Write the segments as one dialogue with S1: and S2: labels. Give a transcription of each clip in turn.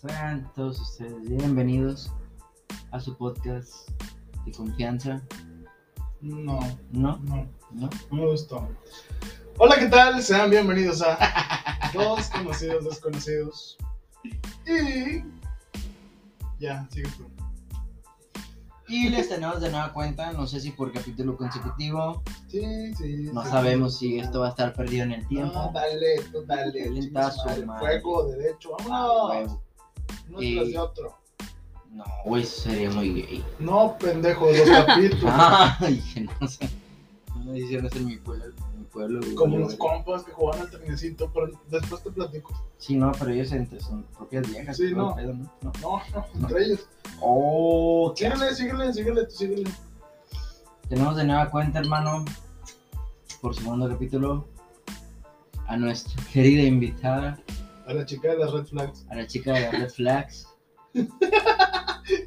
S1: Sean todos ustedes bienvenidos a su podcast de confianza.
S2: No,
S1: No,
S2: no,
S1: no.
S2: no me gustó. Hola, ¿qué tal? Sean bienvenidos a Dos Conocidos Desconocidos. Y. Ya, sigue tú.
S1: Y les tenemos de nueva cuenta, no sé si por capítulo consecutivo,
S2: Sí, sí.
S1: no
S2: sí.
S1: sabemos si esto va a estar perdido en el
S2: No,
S1: tiempo.
S2: dale, tú dale.
S1: Lentazo,
S2: chingue
S1: madre.
S2: su madre. Fuego, derecho,
S1: Ah,
S2: vámonos.
S1: huevo.
S2: Uno tras
S1: Y-
S2: de otro.
S1: No, güey, eso sería muy gay.
S2: No, pendejo, los capítulos.
S1: Ay, no sé. No me hicieron eso en mi pueblo. En mi pueblo güey.
S2: Como los compas que jugaban al trenecito, pero después te platico.
S1: Sí, no, pero ellos entre sus propias viejas.
S2: Sí,
S1: todo
S2: no.
S1: pedo, ¿no? No.
S2: No, no, entre ellos.
S1: Oh, qué
S2: Síguele, síguele, síguele, tú síguele.
S1: Tenemos de nueva cuenta, hermano, por segundo capítulo, a nuestra querida invitada,
S2: A la chica de las red flags.
S1: a la chica de las Red Flags.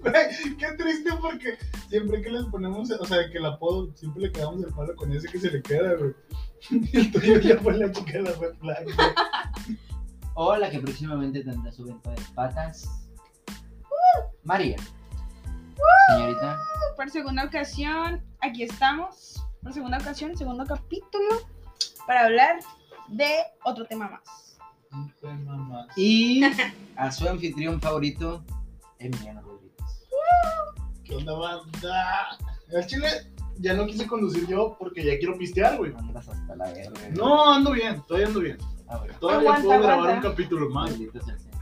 S2: Güey, qué triste porque siempre que les ponemos, o sea, que el apodo, siempre le quedamos el palo con ese que se le queda, güey. Y el tuyo ya fue la chica de la red flag, güey.
S1: O la que próximamente tendrá su venta de patas, María. Señorita,
S3: por segunda ocasión, aquí estamos, por segunda ocasión, segundo capítulo, para hablar de otro tema más.
S2: Ay, mamá.
S1: y a su anfitrión favorito, Emiliano Rodríguez.
S2: ¿Qué onda, banda? Al chile ya no quise conducir yo porque ya quiero pistear, güey.
S1: Andas hasta la verga.
S2: No, ando bien, todavía ando bien.
S1: Ah, bueno.
S2: Todavía
S3: Aguanta,
S2: puedo grabar
S3: aguanta.
S2: un capítulo más.
S1: Maldito sea el Señor.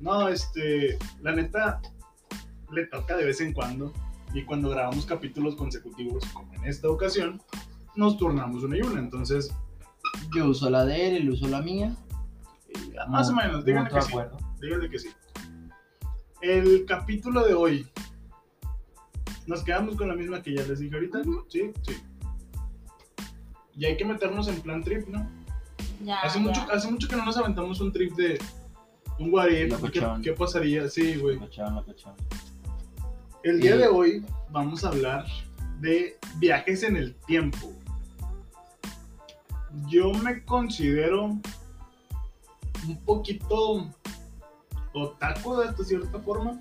S2: No, este, la neta, le toca de vez en cuando. Y cuando grabamos capítulos consecutivos, como en esta ocasión, nos turnamos una y una. Entonces,
S1: Yo uso la de él, él uso la mía.
S2: eh, más o menos, díganle
S1: Mutuo
S2: que sí.
S1: acuerdo.
S2: Díganle que sí. El capítulo de hoy. Nos quedamos con la misma que ya les dije ahorita. Sí, sí. Y hay que meternos en plan trip, ¿no?
S3: Ya,
S2: Hace,
S3: Ah, ya.
S2: mucho, hace mucho que no nos aventamos un trip de un what if, ¿qué,
S1: Locochón.
S2: qué pasaría? Sí, güey.
S1: Locochón, locochón.
S2: El día de hoy vamos a hablar de viajes en el tiempo. Yo me considero un poquito otaku de esta cierta forma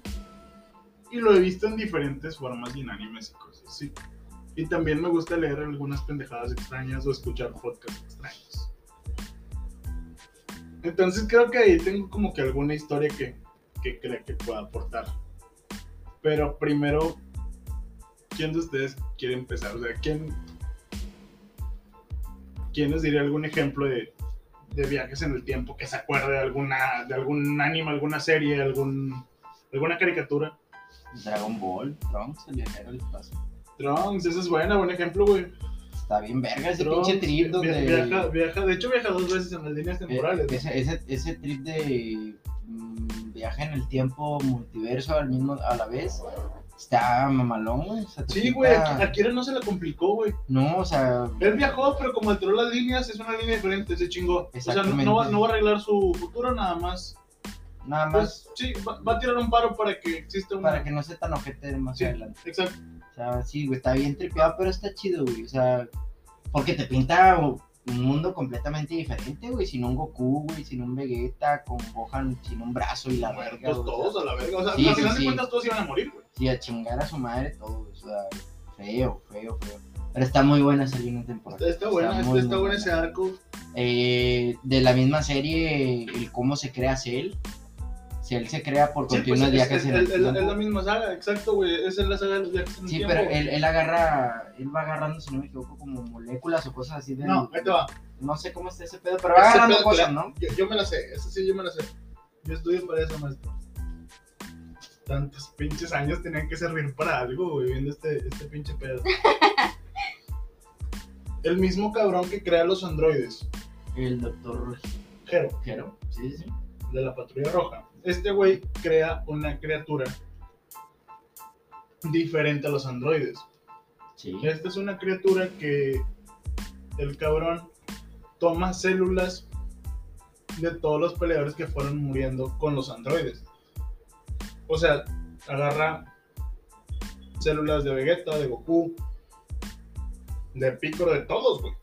S2: y lo he visto en diferentes formas y en animes y cosas así. Y también me gusta leer algunas pendejadas extrañas o escuchar podcasts extraños. Entonces creo que ahí tengo como que alguna historia que, que crea que pueda aportar. Pero primero, ¿quién de ustedes quiere empezar? O sea, ¿quién, quién nos diría algún ejemplo de, de viajes en el tiempo que se acuerde de alguna, de algún anime, alguna serie, algún, alguna caricatura?
S1: Dragon Ball, Trunks, el viajero del espacio.
S2: Trunks, ese es bueno, buen ejemplo, güey.
S1: Está bien verga ese
S2: Trunks,
S1: pinche trip
S2: vi-
S1: donde...
S2: viaja, viaja, de hecho viaja dos veces en las líneas
S1: eh,
S2: temporales. ¿no?
S1: ese, ese, ese trip de mm, viaje en el tiempo multiverso al mismo, a la vez, está mamalón, güey. o sea, te
S2: Sí,
S1: quita-
S2: güey, a Akira no se la complicó, güey.
S1: No, o sea,
S2: Él viajó, pero como entró las líneas, es una línea diferente, se chingó. O sea, no,
S1: Exactamente.
S2: no va, no va a arreglar su futuro, nada más
S1: nada más
S2: Pues, sí, va, va a tirar un paro para que exista una.
S1: para que no sea tan ojete más
S2: pues, Sí.
S1: adelante.
S2: Exacto.
S1: O sea, sí, güey, está bien tripeado, pero está chido, güey. O sea, porque te pinta un mundo completamente diferente, güey. Sin un Goku, güey, sin un Vegeta, con Gohan, sin un brazo y la verga.
S2: Muertos
S1: güey, o sea,
S2: pues, todos a la verga. O sea,
S1: Sí,
S2: al
S1: sí,
S2: final
S1: sí.
S2: de cuentas todos iban a morir, güey.
S1: Sí, a chingar a su madre todo, o sea, feo, feo, feo. Pero está muy buena esa línea temporal.
S2: Está, está buena, está,
S1: muy,
S2: está
S1: muy
S2: bueno ese arco.
S1: Eh, de la misma serie, el cómo se crea Cell. Cell se crea por
S2: Sí, pues,
S1: continuos
S2: es,
S1: viajes
S2: es-
S1: en
S2: es-
S1: el
S2: es la- es la
S1: tiempo.
S2: misma saga, exacto, güey. Esa es la saga de los viajes en el
S1: Sí,
S2: tiempo.
S1: pero eh, él, él agarra, él va agarrando, si no me equivoco, como moléculas o cosas así. del-
S2: No, ahí te va.
S1: No sé cómo está ese pedo, pero va
S2: Ese
S1: agarrando
S2: pedo,
S1: cosas,
S2: claro.
S1: ¿no?
S2: Yo, yo me la sé, esa sí yo me la sé. Yo estudio para eso, maestro. Tantos pinches años tenían que servir para algo, güey, viendo este, este pinche pedo. El mismo cabrón que crea los androides,
S1: El doctor
S2: Jero.
S1: Jero. Sí, sí.
S2: de la patrulla roja. Este güey crea una criatura diferente a los androides.
S1: Sí.
S2: Esta es una criatura que el cabrón toma células de todos los peleadores que fueron muriendo con los androides. O sea, agarra células de Vegeta, de Goku, de Piccolo, de todos, güey.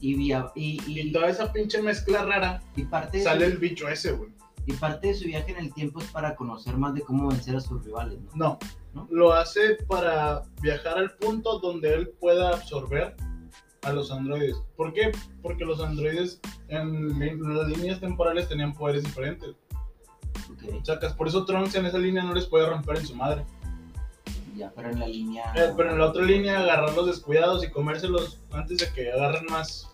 S1: Y, via- y,
S2: Y
S1: y,
S2: toda esa pinche mezcla rara
S1: y parte de
S2: sale
S1: su-
S2: el bicho ese, güey.
S1: Y parte de su viaje en el tiempo es para conocer más de cómo vencer a sus rivales, ¿no?
S2: No.
S1: ¿No?
S2: Lo hace para viajar al punto donde él pueda absorber a los androides. ¿Por qué? Porque los androides en li- las líneas temporales tenían poderes diferentes.
S1: Ok,
S2: Sacas, por eso Trunks en esa línea no les puede romper en su madre.
S1: ya, pero en la línea...
S2: Eh, pero en la otra línea agarrarlos descuidados y comérselos antes de que agarren más.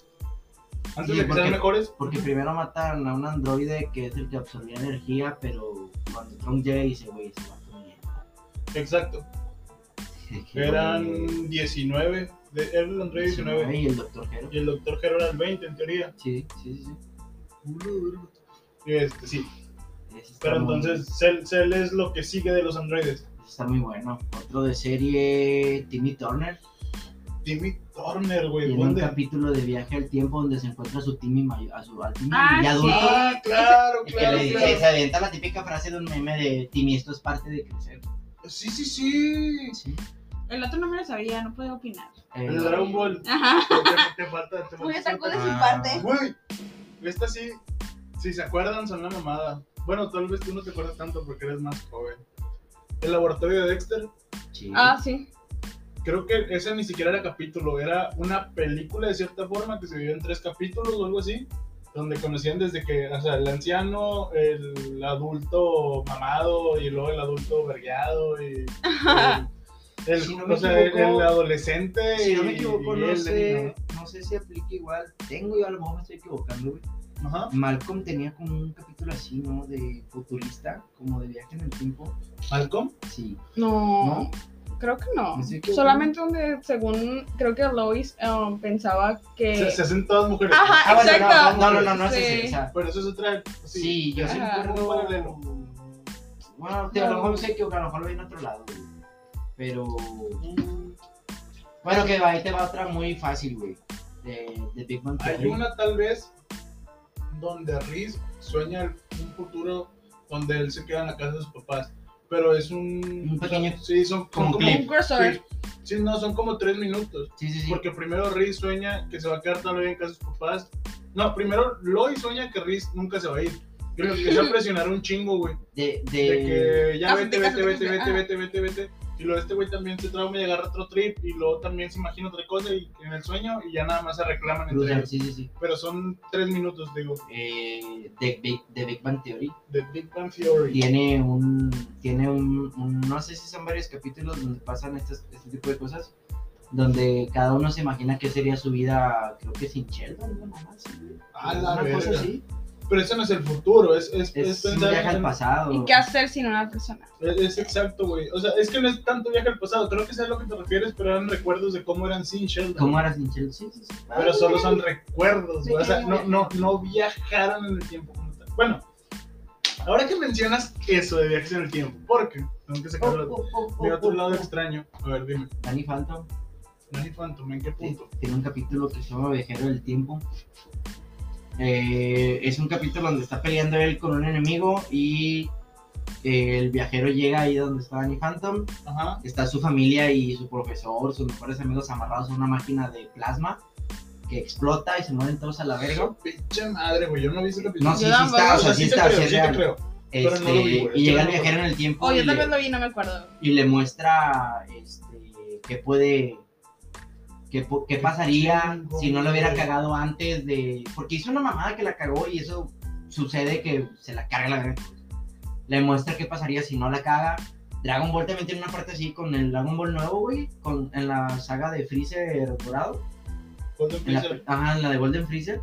S2: Antes
S1: Sí,
S2: de que
S1: porque-
S2: sean mejores.
S1: Porque primero matan a un androide que es el que absorbía energía, pero cuando Trump llega y dice, güey, este se mató mierda.
S2: Exacto. Eran 19. de- era el androide 19.
S1: Y el doctor Hero.
S2: Y el doctor Hero era el 20 en teoría.
S1: Sí, sí, sí. sí.
S2: Este, sí.
S1: Ese está
S2: Pero
S1: muy-
S2: entonces Cell, Cell es lo que sigue de los androides.
S1: ese Está muy bueno. Otro de serie, Timmy Turner.
S2: Timmy Turner, güey.
S1: Tiene un
S2: ¿Dónde?
S1: capítulo de viaje al tiempo donde se encuentra a su Timmy, may- a su al Timmy
S3: Ah,
S1: ya adulto.
S2: Ah, claro,
S1: Y que
S2: claro,
S1: le que se
S2: claro.
S1: avienta la típica frase de un meme de Timmy, esto es parte de crecer.
S2: Sí, sí, sí.
S1: Sí.
S3: El otro no me lo sabía, no puedo opinar.
S1: Eh,
S2: El Dragon Ball.
S3: Ajá.
S2: Te, te- te falta. Te
S3: Me
S2: falta
S3: sacó de su
S1: Ah.
S3: parte.
S2: Güey, esta sí, si se acuerdan, son la mamada. Bueno, tal vez tú no te acuerdas tanto porque eres más joven. El laboratorio de Dexter,
S1: sí.
S3: Ah, sí.
S2: creo que ese ni siquiera era capítulo, era una película de cierta forma que se vivió en tres capítulos o algo así, donde conocían desde que, o sea, el anciano, el adulto mamado y luego el adulto vergueado y... el- El,
S1: Si no me
S2: o sea, el-
S1: equivoco-
S2: el adolescente
S1: Si no me
S2: y-
S1: equivoco,
S2: y
S1: no
S2: el-
S1: sé, no sé si aplica igual. Tengo yo, a lo mejor me estoy equivocando, güey.
S2: Ajá.
S1: Malcolm tenía como un capítulo así, ¿no? De futurista, como de viaje en el tiempo.
S2: ¿Malcolm?
S1: Sí.
S3: No,
S1: ¿No?
S3: creo que no.
S1: Me estoy equivocando.
S3: Solamente donde, según, creo que Lois um, pensaba que...
S2: Se, se hacen todas mujeres.
S3: Ajá.
S1: Ah, bueno,
S3: Exacto.
S1: Eh, no, no, no, no, no es
S3: Sí.
S1: ese, o sea,
S2: Pero eso es otra.
S1: sí, yo sí
S3: Ajá.
S1: recuerdo.
S2: Un paralelo.
S1: Bueno, te- a lo mejor me estoy equivocando, a lo mejor lo vi en otro lado, güey. Pero. Mm. Bueno, que ahí te va otra muy fácil, güey. De, de Big Bang
S2: Hay
S1: Theory.
S2: una tal vez donde Riz sueña el- un futuro donde él se queda en la casa de sus papás. Pero es un.
S1: Un pequeño-
S2: Sí, son son
S1: un
S2: como.
S1: clip.
S3: un crossover.
S2: sí. Sí, no, son como tres minutos.
S1: Sí, sí, sí.
S2: Porque primero Riz sueña que se va a quedar tal vez en casa de sus papás. No, primero Lois sueña que Riz nunca se va a ir. Yo creo que se va a presionar un chingo, güey.
S1: De, de,
S2: De que ya
S3: Ah,
S2: vete,
S3: de casa,
S2: vete,
S3: de
S2: vete,
S3: casa,
S2: vete,
S3: ajá.
S2: vete, vete, vete. Y luego este güey también se trauma y agarra otro trip y luego también se imagina otra cosa y en el sueño y ya nada más se reclaman entre
S1: cruzar,
S2: ellos.
S1: sí, sí, sí.
S2: Pero son tres minutos, digo,
S1: Eh, de, Big, de Big Bang Theory.
S2: de Big Bang Theory.
S1: tiene un tiene un, un- no sé si son varios capítulos donde pasan estas, este tipo de cosas donde cada uno se imagina qué sería su vida creo que sin Sheldon ¿no? Mamá, sí, güey.
S2: A la
S1: una cosa
S2: verga.
S1: así
S2: Pero eso no es el futuro, es, es, es
S1: es un
S2: pensar
S1: viaje al
S2: en-
S1: pasado
S3: ¿Y qué hacer sin una persona?
S2: es- es exacto, güey. O sea, es que no es tanto viaje al pasado, creo que sé a lo que te refieres, pero eran recuerdos de cómo eran sin Sheldon.
S1: cómo era sin Sheldon sí, sí, sí.
S2: Pero solo son recuerdos, güey. O sea, no,
S3: Pequeño
S2: no, no viajaron en el tiempo como tal. Bueno, ahora que mencionas eso de viajes en el tiempo, porque tengo que sacarlo
S1: Oh, oh, oh,
S2: de otro
S1: oh,
S2: lado
S1: oh.
S2: extraño. A ver, dime,
S1: Danny Phantom
S2: Danny Phantom, ¿en qué
S1: sí,
S2: punto?
S1: tiene un capítulo que se llama Viajero del Tiempo Eh, es un capítulo donde está peleando él con un enemigo y eh, el viajero llega ahí donde está Danny Phantom
S2: Ajá.
S1: está su familia y su profesor, sus mejores amigos amarrados a una máquina de plasma que explota y se mueren todos a la verga.
S2: Pinche madre, güey, yo no vi ese capítulo.
S1: No, sí, sí
S3: Yo tampoco,
S1: está, o sea, sí
S2: sí te
S1: está,
S2: creo,
S1: sí es
S2: sí te
S1: real.
S2: creo. pero no lo vi,
S1: Este,
S2: güey,
S1: Y llega el
S2: yo no lo
S1: viajero en el tiempo
S3: Oh,
S1: y
S3: yo también
S1: le-
S3: lo vi, no me acuerdo.
S1: y le muestra este, qué puede, qué, po- qué
S2: Qué
S1: pasaría
S2: chingo,
S1: si no lo hubiera
S2: güey.
S1: cagado antes de... Porque hizo una mamada que la cagó y eso sucede que se la carga la verga. Le muestra qué pasaría si no la caga. Dragon Ball también tiene una parte así con el Dragon Ball nuevo, güey, con, en la saga de Freezer Dorado.
S2: ¿Cuándo
S1: En la,
S2: empieza?
S1: ajá, en la de Golden Freezer.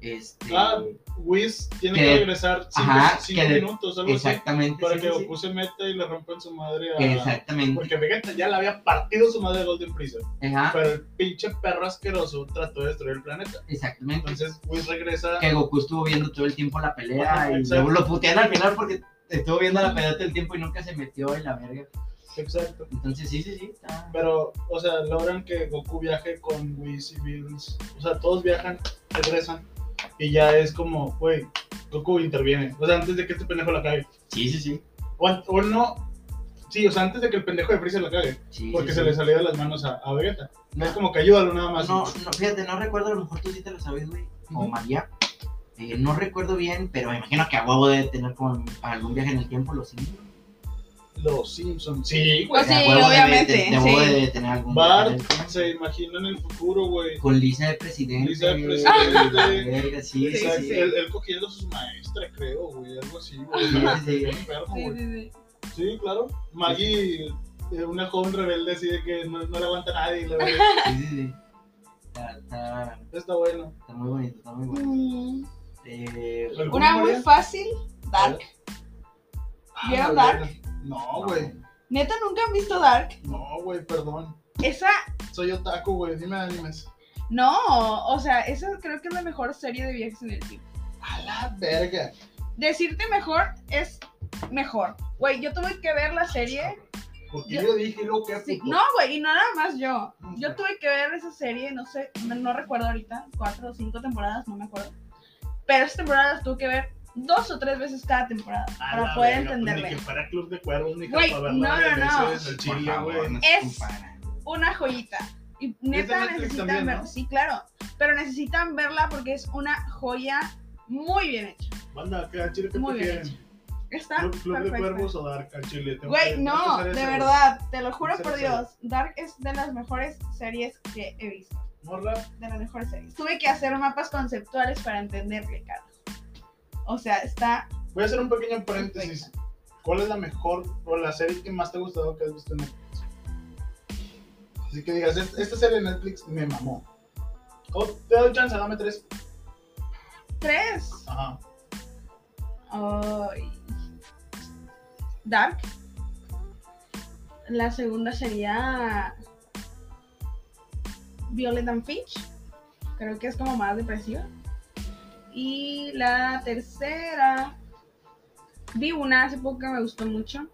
S1: Este,
S2: Ah, Whis tiene que,
S1: Que-
S2: regresar cinco,
S1: ajá,
S2: cinco
S1: que de-
S2: minutos, algo así,
S1: exactamente.
S2: para
S1: sí,
S2: que
S1: sí, sí.
S2: Goku se meta y le rompa en su madre a...
S1: Exactamente.
S2: Porque Vegeta ya le había partido su madre a Golden Freezer.
S1: Ajá,
S2: Pero el pinche perro asqueroso trató de destruir el planeta.
S1: exactamente.
S2: Entonces, Whis regresa.
S1: Que Goku estuvo viendo todo el tiempo la pelea
S2: Ajá,
S1: y
S2: exacto.
S1: luego lo putean al final porque estuvo viendo la pelea todo el tiempo y nunca se metió en la verga.
S2: Exacto.
S1: Entonces, sí, sí, sí. está-
S2: Pero, o sea, logran que Goku viaje con Whis y Bills. O sea, todos viajan, regresan. Y ya es como, güey, Goku interviene. O sea, antes de que este pendejo la cague.
S1: Sí, sí, sí.
S2: O, o no. Sí, o sea, antes de que el pendejo de Freezer la cague.
S1: sí,
S2: Porque
S1: sí,
S2: se
S1: sí.
S2: le salió de las manos a, a Vegeta.
S1: No,
S2: Es como que ayúdalo nada más.
S1: no, no, fíjate, no recuerdo, a lo mejor tú sí te lo sabes, güey. O
S2: Ujú.
S1: María. Este, no recuerdo bien, pero me imagino que a huevo debe tener con algún viaje en el tiempo los Simpsons.
S2: Los Simpsons. Sí, güey.
S3: O sea, Pues Sí,
S1: A huevo debe
S3: obviamente,
S1: de- de huevo
S3: sí.
S1: debe tener algún viaje en
S2: Bart
S1: el tiempo.
S2: se imagina en el futuro, güey.
S1: Con Lisa de presidente.
S2: Lisa de
S1: güey.
S2: presidente.
S1: La verga, sí,
S2: O
S1: sí,
S2: sea,
S1: sí.
S2: Él, él cogiendo a sus maestras, creo, güey. Algo así, güey.
S1: Sí, sí,
S2: Bien perro, güey. Sí, claro. Maggie, eh, una joven rebelde así de que no, no le aguanta a nadie. La verdad.
S1: Sí, sí, sí. Está, está-
S2: Está bueno.
S1: está muy bonito, está muy bueno.
S3: Mm,
S1: Eh,
S2: ¿Alguna,
S3: Una muy
S2: María?
S3: fácil, Dark.
S2: Ah,
S3: ¿Vieron
S2: la
S3: Dark?
S2: verga.
S1: no,
S2: No, güey.
S3: Neta, nunca han visto Dark.
S2: No, güey, perdón.
S3: Esa,
S2: Soy otaku, güey. Dime animes.
S3: no, o sea, esa creo que es la mejor serie de viajes en el tiempo.
S2: A la verga.
S3: Decirte mejor es mejor. Güey, yo tuve que ver la serie.
S2: Porque
S3: Yo-
S2: yo dije lo que
S3: Sí,
S2: puto?
S3: no, güey, y no nada más yo. Yo tuve que ver esa serie, no sé, no, no recuerdo ahorita, cuatro o cinco temporadas, no me acuerdo. Pero esas temporadas las tuve que ver dos o tres veces cada temporada
S2: A
S3: para
S2: la
S3: poder
S2: verga, pues, Ni
S3: entenderle.
S2: que fuera Club de Cuervos, ni que
S3: Güey,
S2: para
S3: no,
S2: verla de
S3: no, no.
S2: veces del
S1: Por
S2: Chile,
S1: favor,
S2: güey.
S1: no
S3: Es-
S1: se comparan.
S3: Una joyita. Y neta
S2: Netflix
S3: necesitan
S2: también,
S3: verla.
S2: ¿no?
S3: Sí, claro. Pero necesitan verla porque es una joya muy bien hecha.
S2: Banda, acá, al Chile, ¿qué
S3: Muy bien
S2: prefieren?
S3: Está
S2: Club, Club de
S3: perfecta.
S2: Cuervos o Dark, al Chile. Tengo que-
S3: Güey,
S2: tengo que
S3: no,
S2: hacer
S3: de
S2: eso, güey.
S3: verdad, te lo juro
S2: Hacer
S3: por
S2: eso.
S3: Dios. Dark es de las mejores series que he visto.
S2: Morra,
S3: De las mejores series. Tuve que hacer mapas conceptuales para entenderle, Carlos. O sea, está
S2: voy a hacer un pequeño paréntesis. ¿Cuál es la mejor o la serie que más te ha gustado que has visto en Netflix? Así que digas, "Est- esta serie de Netflix me mamó. Oh, te doy chance, dame tres.
S3: tres.
S2: Ajá.
S3: Ay. Dark. La segunda sería Violet and Finch. Creo que es como más depresiva. Y la tercera. Vi una hace poco que me gustó mucho.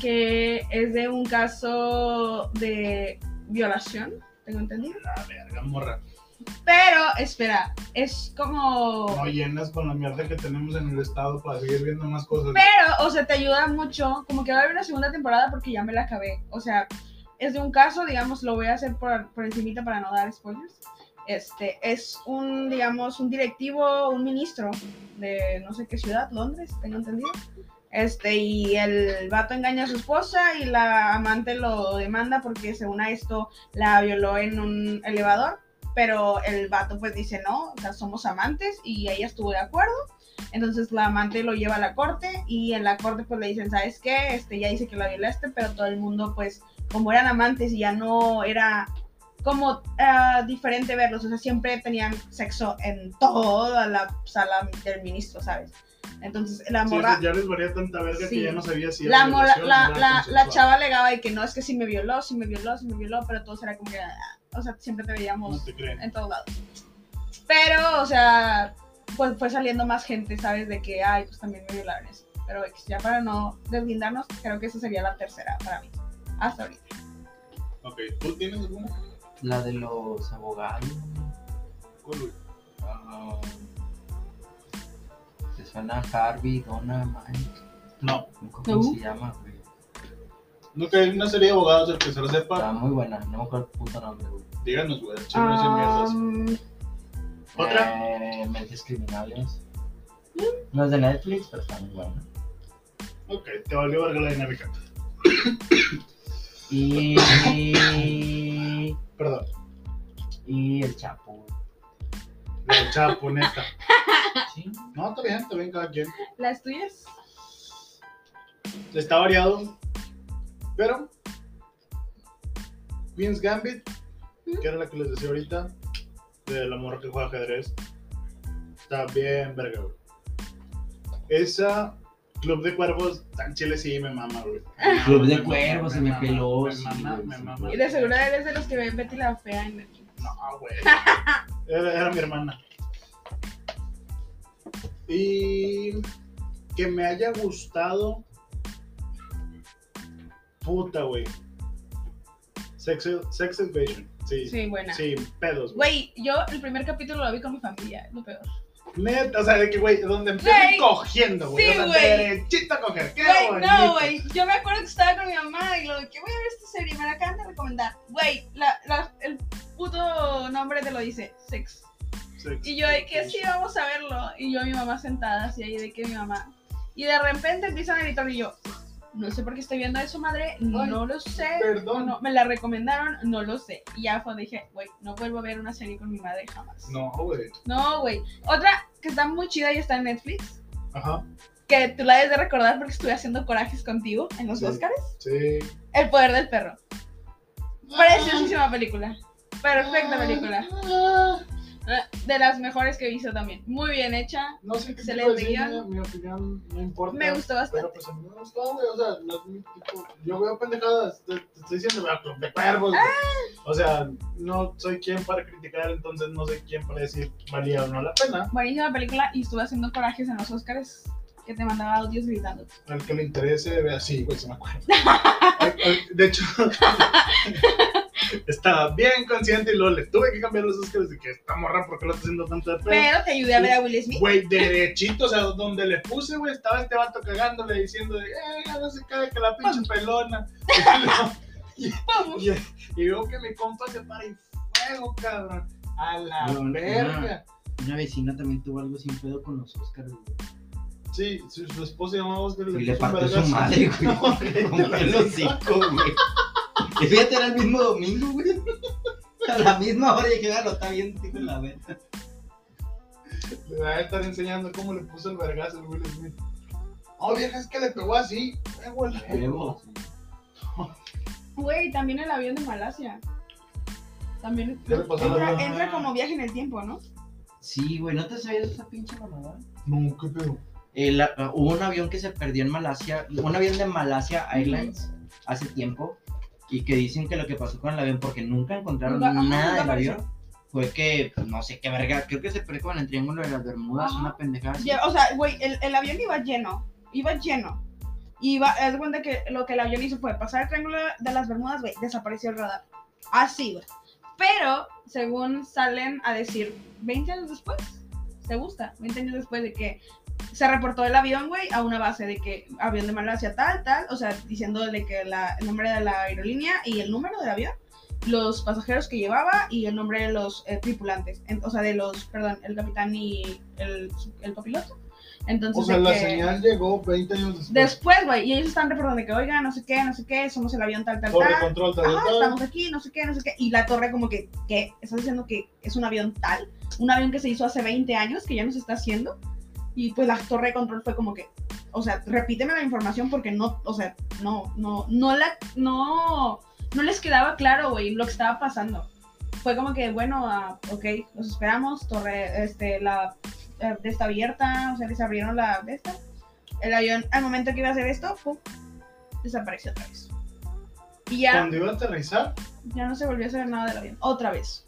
S3: Que es de un caso de violación. Tengo entendido.
S2: La verga, morra.
S3: Pero, espera, es como.
S2: No llenas con la mierda que tenemos en el estado para seguir viendo más cosas.
S3: Pero, o sea, te ayuda mucho. Como que va a haber una segunda temporada porque ya me la acabé. O sea, es de un caso, digamos, lo voy a hacer por, por encimita para no dar spoilers. Este, es un, digamos, un directivo, un ministro de no sé qué ciudad, Londres, tengo entendido. Este, y el vato engaña a su esposa y la amante lo demanda porque según a esto la violó en un elevador. Pero el vato pues dice no, o sea, somos amantes y ella estuvo de acuerdo. Entonces la amante lo lleva a la corte y en la corte pues le dicen, ¿sabes qué? Este ya dice que la violaste, pero todo el mundo pues como eran amantes y ya no era como ah, diferente verlos, o sea, siempre tenían sexo en toda la sala del ministro, ¿sabes? Entonces la
S2: Sí,
S3: morra...
S2: eso ya les varía tanta verga
S3: Sí.
S2: que ya no sabía si era
S3: La, mola-
S2: violación
S3: la,
S2: o era
S3: la, la
S2: consensual.
S3: chava alegaba de que no, es que sí me violó, sí me violó, sí me violó, pero todos era como que, ah, o sea, siempre te
S2: No
S3: veíamos
S2: te creen.
S3: en todos lados. Pero, o sea, pues fue saliendo más gente, ¿sabes? De que, ay, pues también me violaron eso. Pero X, ya para no deslindarnos, creo que esa sería la tercera para mí, hasta ahorita.
S2: Ok, ¿tú tienes alguna?
S1: La de los abogados.
S2: ¿Cuál, güey?
S1: ah, se suena Harvey, Donna, Mike. No
S2: No.
S1: sé
S3: ¿No?
S1: cómo se llama, güey.
S2: Nunca hay una serie de abogados, el que se lo
S1: Está
S2: sepa,
S1: muy buena, no me acuerdo el puto nombre, güey.
S2: díganos, güey. Chile no hacen mierdas.
S3: Um,
S2: ¿Otra?
S1: Eh, Mentes criminales. No es de Netflix, pero está muy buena.
S2: Ok, te valió verga la dinámica.
S1: Y.
S2: Perdón.
S1: y el Chapo.
S2: La chapo, neta.
S1: Sí.
S2: No, está bien, está bien cada quien.
S3: ¿Las tuyas?
S2: Está variado. Pero. Queen's Gambit, que era la que les decía ahorita, de la morra que juega ajedrez. Está bien, verga, güey. Esa. Club de Cuervos, tan chile sí me mama, güey.
S1: Club de
S2: Me mama,
S1: Cuervos, se me
S2: mama,
S1: peló,
S2: Me
S1: sí,
S2: mama,
S1: güey,
S2: me
S1: sí.
S2: mama.
S3: Y de seguro eres de los que ven Betty la Fea en Netflix.
S2: No, Ah, güey. Era, era mi hermana. Y que me haya gustado. Puta, güey. Sex, sex Education. Sí.
S3: Sí, buena.
S2: Sin pedos, güey.
S3: Güey, yo el primer capítulo lo vi con mi familia, lo peor.
S2: Neta, o sea, de que, güey, donde empiezan
S3: Güey.
S2: cogiendo, güey.
S3: Sí,
S2: o sea,
S3: güey.
S2: derechito a coger. Qué
S3: Güey,
S2: bonito.
S3: no, güey. Yo me acuerdo que estaba con mi mamá y lo de que voy a ver esta serie, me la acaban de recomendar. Güey, la, la- el puto nombre te lo dice, sex.
S2: Sex
S3: Y yo de que sí,
S2: Education.
S3: vamos a verlo. Y yo mi mamá sentada, así ahí de que mi mamá. Y de repente empiezan a gritar y yo, no sé por qué estoy viendo eso, madre, no lo sé.
S2: Perdón.
S3: No, me la recomendaron, no lo sé. Y ya fue, dije, güey, no vuelvo a ver una serie con mi madre jamás.
S2: No, güey.
S3: No, güey. Otra que está muy chida y está en Netflix,
S2: Ajá.
S3: que tú la debes de recordar porque estuve haciendo corajes contigo en los
S2: Sí.
S3: Oscars.
S2: Sí.
S3: El poder del perro.
S2: Ah.
S3: Preciosísima película. Perfecta película.
S2: Ah,
S3: De las mejores que he visto también. Muy bien hecha.
S2: No sé qué
S3: Se
S2: se
S3: le
S2: le decir,
S3: veía.
S2: mi mi opinión no importa.
S3: Me gustó
S2: Pero
S3: bastante.
S2: pues a mí no me gustó, güey. O sea, no es mi tipo. Yo veo pendejadas. Te, te estoy diciendo, veo Club de cuervos. güey.
S3: Ah.
S2: O sea, no soy quien para criticar, entonces no sé quién para decir valía o no la pena.
S3: Buenísima película y estuve haciendo corajes en los Oscars que te mandaba audios gritando.
S2: Al que le interese, vea así, güey, se me acuerda. Al- al- de hecho, estaba bien consciente y luego le tuve que cambiar los Óscares de que esta morra, ¿por qué lo está haciendo tanto de pedo?
S3: Pero te ayudé a ver a Will Smith.
S2: Güey, derechito, o sea, donde le puse, güey, estaba este vato cagándole diciendo, de, eh, ya no se cae que la pinche pelona.
S3: ¡Pum!
S2: y, y veo que mi compa se para y fuego, cabrón. A la
S1: No, no.
S2: verga.
S1: Una vecina también tuvo algo sin pedo con los Oscars, güey.
S2: Sí, su, su esposa llamaba Oscar
S1: Y
S2: puso
S1: le
S2: un
S1: partió su
S2: vergazo.
S1: madre, güey. Como
S2: No, cállate la
S1: el hocico, güey. Y fíjate, era el mismo domingo, güey. A la misma hora y que lo está viendo, tío, la verga.
S2: Le va a estar enseñando cómo le puso el vergazo al Will Smith. Oh, vieja, es que le pegó así. Eh, güey, la-
S1: Huevo.
S3: Güey, también el avión de Malasia. También
S2: ¿Qué le pasó al
S3: entra,
S2: avión?
S3: entra como viaje en el tiempo, ¿no?
S1: Sí, güey, ¿no te sabías esa pinche mamada?
S2: No, qué pedo.
S1: El- ah, hubo un avión que se perdió en Malasia, un avión de Malasia Airlines hace tiempo, y que dicen que lo que pasó con el avión, porque nunca encontraron
S3: Nunca- ajá,
S1: nada
S3: nunca
S1: del avión, fue que, pues, no sé qué verga, creo que se perdió como en el Triángulo de las Bermudas,
S3: Ajá.
S1: una pendejada así.
S3: Ya, O sea, güey, el, el avión iba lleno, iba lleno. Iba, haz de cuenta que lo que el avión hizo fue pasar el triángulo de las Bermudas, güey, desapareció el radar. Así, güey. Pero, según salen a decir, 20 años después, se gusta, 20 años después de que se reportó el avión, güey, a una base de que avión de Malasia tal, tal, o sea, diciéndole que la- el nombre de la aerolínea y el número del avión, los pasajeros que llevaba y el nombre de los eh, tripulantes, en- o sea, de los, perdón, el capitán y el, el copiloto. Entonces,
S2: O sea,
S3: de
S2: la
S3: que-
S2: señal llegó 20 años después.
S3: Después, güey, y ellos están reportando de que, oiga, no sé qué, no sé qué, somos el avión tal, tal,
S2: Corre
S3: tal.
S2: control, tal,
S3: ah, Ajá,
S2: tal.
S3: estamos aquí, no sé qué, no sé qué. Y la torre como que, ¿qué? ¿Estás diciendo que es un avión tal? Un avión que se hizo hace 20 años, que ya no se está haciendo. Y pues la torre de control fue como que, o sea, repíteme la información porque no, o sea, no, no, no la, no, no les quedaba claro, güey, lo que estaba pasando. Fue como que, bueno, ah, ok, los esperamos, torre, este, la, eh, de esta abierta, o sea, les abrieron la, de esta. El avión, al momento que iba a hacer esto, pum, desapareció otra vez. Y ya
S2: Cuando iba a aterrizar,
S3: ya no se volvió a saber nada del avión. Otra vez.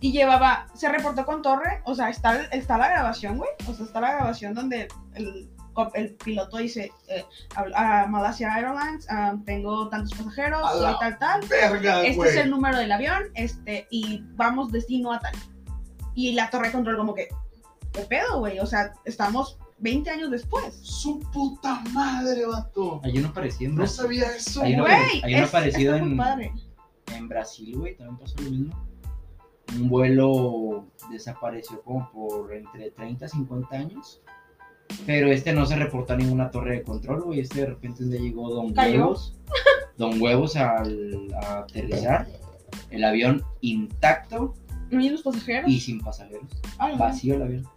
S3: Y llevaba, se reportó con Torre, o sea, está, está la grabación, güey. O sea, está la grabación donde el, co- el piloto dice, eh, a, a Malasia Airlines, ah, tengo tantos pasajeros,
S2: A la
S3: soy tal, tal.
S2: verga,
S3: Este
S2: güey.
S3: es el número del avión, este, y vamos destino a tal. Y la torre de control como que, ¿qué pedo, güey? O sea, estamos 20 años después.
S2: Su puta madre, vato.
S1: Hay uno parecido en
S2: No
S1: Brasil,
S2: sabía eso,
S1: Ahí no
S2: güey.
S1: pare-
S3: Güey,
S1: hay uno
S3: es-
S1: parecido
S3: está muy
S1: en-
S3: padre.
S1: en Brasil, güey, también pasó lo mismo. Un vuelo desapareció como por entre 30 y 50 años, pero este no se reportó a ninguna torre de control, güey, este de repente un día llegó Don
S3: Cayó.
S1: Huevos, Don Huevos al a aterrizar, el avión intacto
S3: ¿No hay unos pasajeros?
S1: y sin pasajeros,
S3: Ah, no.
S1: vacío el avión.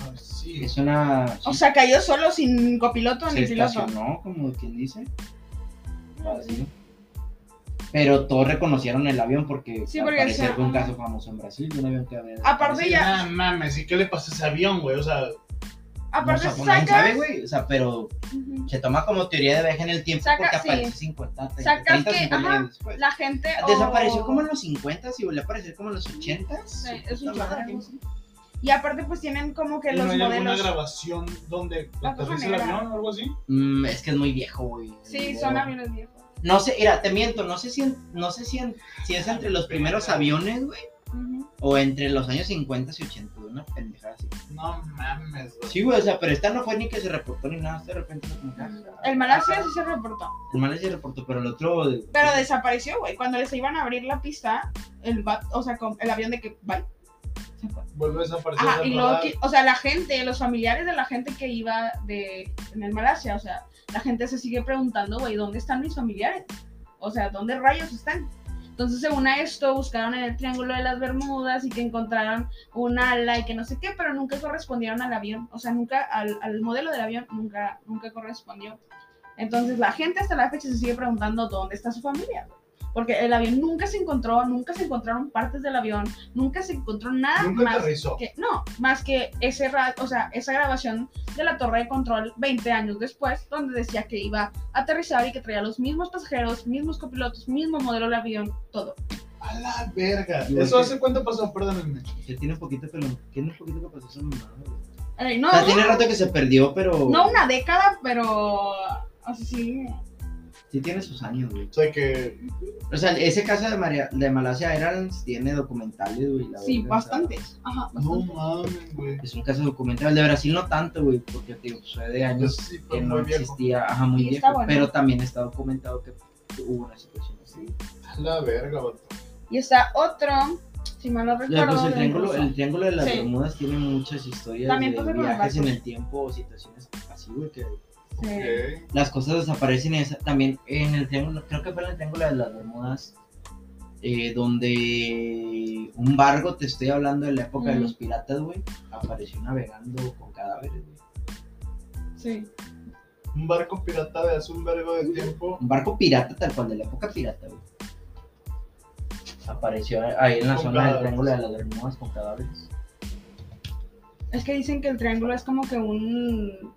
S2: Ah, sí.
S1: Es una...
S3: O sea, cayó solo sin copiloto
S1: se
S3: ni piloto.
S1: estacionó, como quien dice. Vacío. Pero todos reconocieron el avión porque,
S3: Sí,
S1: al
S3: porque
S1: parecer
S3: decía,
S1: fue un
S3: ajá.
S1: caso famoso en Brasil de un avión que había
S3: Aparte
S1: desaparecido.
S3: ya-
S2: Ah, mames, ¿y qué le pasó a ese avión, güey? O sea,
S3: Aparte,
S1: No, o sea, pues, nadie
S3: sacas,
S1: sabe, güey. O sea, pero
S3: Ujú.
S1: se toma como teoría de viaje en el tiempo
S3: Saca-
S1: porque
S3: sí.
S1: apareció 50, 30,
S3: Sacas
S1: 30,
S3: que,
S1: 50
S3: ajá,
S1: años después.
S3: la gente. o-
S1: pues. Ah, Desapareció como en los 50 y volvió a aparecer como en los 80.
S3: Sí, es
S1: Puta
S3: un
S1: madre,
S3: chorro.
S1: sí.
S3: Y aparte, pues tienen como que
S2: ¿no
S3: los
S2: hay alguna
S3: modelos.
S2: grabación donde
S3: La
S2: aterriza
S3: caja
S2: el
S3: negra.
S2: avión o algo así?
S1: Mm, es que es muy viejo, güey.
S3: Sí,
S1: El
S3: son
S1: video.
S3: aviones viejos.
S1: No sé, mira, te miento, no sé si, en- no sé si, en- si es entre los primeros aviones, güey,
S3: Ujú.
S1: o entre los años 50 y 80, güey, una pendejada así.
S2: No mames, güey.
S1: Sí, güey, o sea, pero esta no fue ni que se reportó ni nada, de repente fue como que, ah,
S3: El Malasia sí se reportó.
S1: el mal se reportó, pero el otro... de-
S3: Pero desapareció, güey. Cuando les iban a abrir la pista, el, va- o sea, con el avión de que. Bye.
S2: Vuelve a desaparecer.
S3: Ajá, y
S2: esa
S3: luego,
S2: parada.
S3: que- o sea, la gente, los familiares de la gente que iba de, en el Malasia, o sea, la gente se sigue preguntando, güey, ¿dónde están mis familiares? O sea, ¿dónde rayos están? Entonces, según a esto, buscaron en el Triángulo de las Bermudas y que encontraron un ala y que no sé qué, pero nunca correspondieron al avión, o sea, nunca, al, al modelo del avión nunca, nunca correspondió. Entonces, la gente hasta la fecha se sigue preguntando, ¿dónde está su familia? Porque el avión nunca se encontró, nunca se encontraron partes del avión, nunca se encontró nada
S2: Nunca
S3: ah, más
S2: aterrizó.
S3: que- no, más que ese ra- o sea, esa grabación de la torre de control 20 años después, donde decía que iba a aterrizar y que traía los mismos pasajeros, mismos copilotos, mismo modelo de avión, todo.
S2: A la verga.
S1: Igual
S2: ¿Eso
S1: que-
S2: hace cuánto pasó? Perdónenme.
S1: Que tiene poquito que lo- tiene poquito que pasó esa mamada, güey.
S3: Ay, Eh, no,
S1: O sea, tiene rato que se perdió, pero
S3: no una década, pero o sea, sí.
S1: sí tiene sus años, güey.
S2: O sea que.
S1: O sea, ese caso de, Maria- de Malasia Airlines tiene documentales, güey. la verga, o
S3: Sí,
S1: sea,
S3: bastantes. Ajá,
S2: No
S3: bastantes.
S2: mames, güey.
S1: Es un caso documental. El de Brasil no tanto, güey, porque te digo, fue de
S2: Yo
S1: años
S2: sí,
S1: que
S2: fue
S1: no
S2: muy viejo.
S1: existía, ajá, muy
S3: Sí,
S1: viejo.
S3: está bueno.
S1: Pero también está documentado que hubo una situación así.
S2: A la verga, vato.
S3: Y está otro, si mal no
S1: Ya,
S3: recuerdo,
S1: pues el
S3: del
S1: triángulo,
S3: ruso.
S1: el triángulo de las
S3: Sí.
S1: Bermudas tiene muchas historias
S3: También
S1: de
S3: pasa con los
S1: viajes en
S3: barcos.
S1: el tiempo o situaciones así, güey, que
S3: Sí.
S2: Ok.
S1: las cosas desaparecen esa- también en el triángulo, creo que fue en el triángulo de las Bermudas, eh, donde un barco, te estoy hablando de la época de
S3: Ujú.
S1: los piratas, güey, apareció navegando con cadáveres, güey.
S3: Sí.
S2: Un barco pirata de hace un vergo de tiempo.
S1: Un barco pirata tal cual, de la época pirata, güey. Apareció ahí en la zona
S2: Con
S1: del
S2: cadáveres.
S1: triángulo de las Bermudas con cadáveres.
S3: Es que dicen que el triángulo es como que un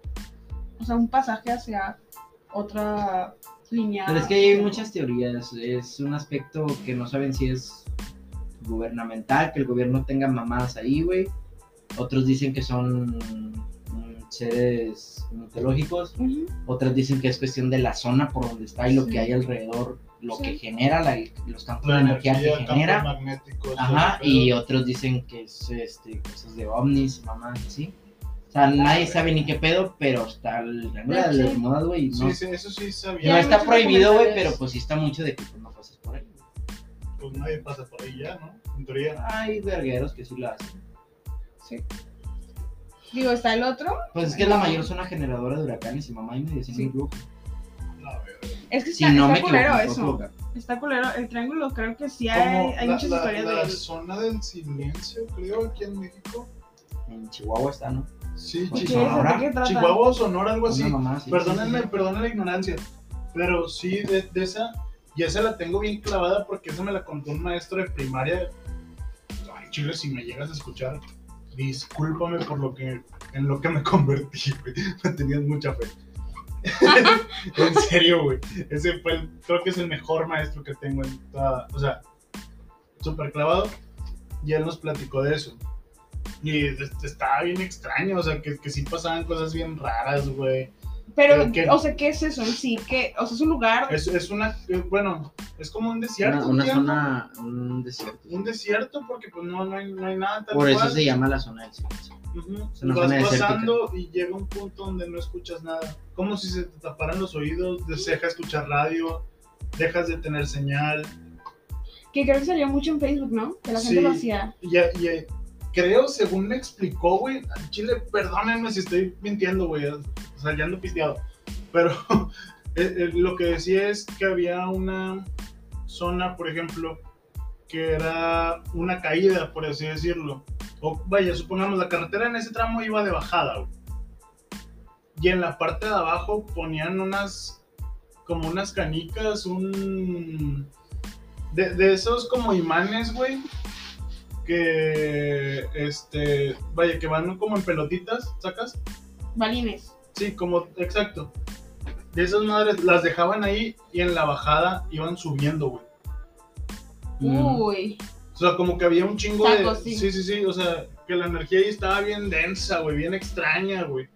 S3: o sea, un pasaje hacia otra línea.
S1: Pero es que hay muchas teorías. Es un aspecto que no saben si es gubernamental, que el gobierno tenga mamadas ahí, güey. Otros dicen que son mm, seres mitológicos.
S3: Ujú.
S1: Otras dicen que es cuestión de la zona por donde está y lo
S3: Sí.
S1: que hay alrededor, lo
S3: Sí.
S1: que genera, la- los campos de energía, que
S2: campos
S1: genera.
S2: magnéticos.
S1: Ajá,
S2: todo el
S1: y
S2: pedo.
S1: otros dicen que es este, cosas de ovnis, mamás, así. O sea, nadie sabe ni qué pedo, pero está el triángulo de
S3: Sí.
S1: las Bermudas, güey. No,
S2: Sí, sí, eso sí
S1: no
S3: hay
S2: sabía.
S1: está
S3: muchos
S1: prohibido, güey,
S3: documentales.
S1: pero pues sí está mucho de que pues, no pases por ahí. güey.
S2: Pues nadie pasa por ahí ya, ¿no? En teoría.
S1: Hay vergueros que sí lo hacen.
S3: Digo, está el otro.
S1: Pues es que es la mayor zona generadora de huracanes y mamá y me dicen
S3: Sí.
S1: un grupo.
S2: La verga.
S3: Es que
S1: Si
S3: está,
S1: no
S3: está
S1: me equivoco,
S3: culero
S1: me
S3: eso.
S1: puedo equivocar.
S3: Está culero. El triángulo creo que sí hay,
S2: Como
S3: hay
S2: la,
S3: muchas
S2: la-
S3: historias
S2: la
S3: de él.
S2: zona del silencio, creo, aquí en México.
S1: En Chihuahua está, ¿no?
S2: Sí,
S1: Pues, no,
S3: ¿Y qué es?
S2: Chihuahua.
S1: Sonora.
S3: ¿De qué trata?
S2: Chihuahua o Sonora, algo así.
S1: Una mamá, sí,
S2: Pues Perdónenme,
S1: sí, sí.
S2: perdonen la ignorancia, pero sí, de, de esa, ya se la tengo bien clavada porque esa me la contó un maestro de primaria. Ay, chile, si me llegas a escuchar, discúlpame por lo que, en lo que me convertí, güey. Me tenías mucha fe. en serio, güey. Ese fue, el- creo que es el mejor maestro que tengo en toda, o sea, súper clavado. Y él nos platicó de eso. Y este, estaba bien extraño, o sea, que, que sí pasaban cosas bien raras, güey.
S3: Pero,
S2: ¿Pero qué?
S3: o sea, ¿qué es eso en sí? ¿Qué? O sea, es un lugar.
S2: Es, es una, eh, bueno, es como un desierto.
S1: Una, una
S2: tierra.
S1: zona, un desierto.
S2: Un desierto porque pues no, no, hay, no hay nada tal
S1: Por eso
S2: cual.
S1: se llama la zona del silencio.
S2: Ujú.
S1: es una
S2: Vas
S1: zona desértica.
S2: pasando y llega un punto donde no escuchas nada. Como si se te taparan los oídos, de- se deja escuchar radio, dejas de tener señal.
S3: Que creo que salió mucho en Facebook, ¿no? Que la gente
S2: Sí.
S3: lo hacía.
S2: Y, y- creo, según me explicó, güey, al chile, perdónenme si estoy mintiendo, güey, o sea, ya ando pisteado. Pero eh, eh, lo que decía es que había una zona, por ejemplo, que era una caída, por así decirlo. O vaya, supongamos, la carretera en ese tramo iba de bajada, güey. Y en la parte de abajo ponían unas, como unas canicas, un... De, de esos como imanes, güey, que este vaya que van como en pelotitas sacas
S3: Balines.
S2: sí como exacto de esas madres las dejaban ahí y en la bajada iban subiendo güey
S3: Uh,
S1: Mm.
S3: Uy.
S2: o sea como que había un chingo de
S3: Sacos, sí.
S2: sí sí sí o sea que la energía ahí estaba bien densa güey bien extraña güey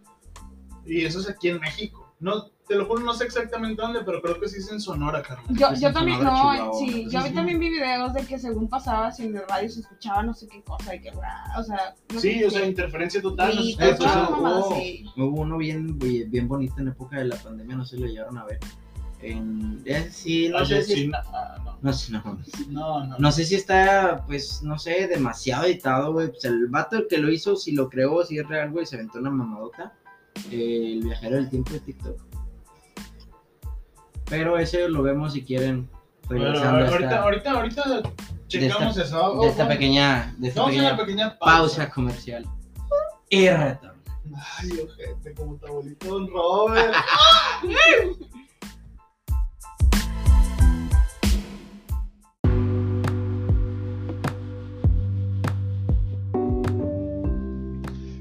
S2: y eso es aquí en México no te lo juro no sé exactamente dónde pero creo que sí es en Sonora carnal
S3: Yo,
S1: Pues Es
S3: yo
S1: en
S3: también, no,
S1: Sonora, Chihuahua, pues
S3: sí,
S1: ¿no?
S3: yo
S2: Sí, sí.
S3: también vi videos de que según pasaba, si en el radio se escuchaba no sé qué cosa, y que, o sea, no
S2: sí
S3: sé
S2: o sea
S3: qué.
S2: interferencia total no sé
S3: Gritos,
S2: qué,
S1: pues,
S3: todas
S2: o sea,
S3: esas mamadas,
S2: oh.
S3: sí.
S1: Hubo uno bien, bien bonito en época de la pandemia, no se lo llevaron a ver. en- eh, sí, no sé si...
S2: Ayotzinapa, ah, no.
S1: No, sé, no,
S2: No, no,
S1: no sé si está, pues, no sé, demasiado editado, güey. Pues el vato que lo hizo, si lo creó, si es real, güey, se aventó una mamadota. Eh, el viajero del tiempo de TikTok. Pero ese lo vemos si quieren.
S2: Bueno,
S1: Regresando a
S2: ahorita,
S1: esta,
S2: ahorita, ahorita checamos eso. Oh,
S1: de esta
S2: bueno,
S1: pequeña, de esta
S2: Vamos a una
S1: pequeña
S2: pequeña pausa.
S1: pausa comercial. Y retorno.
S2: Ay, ojete, como tu abuelito Don Robert.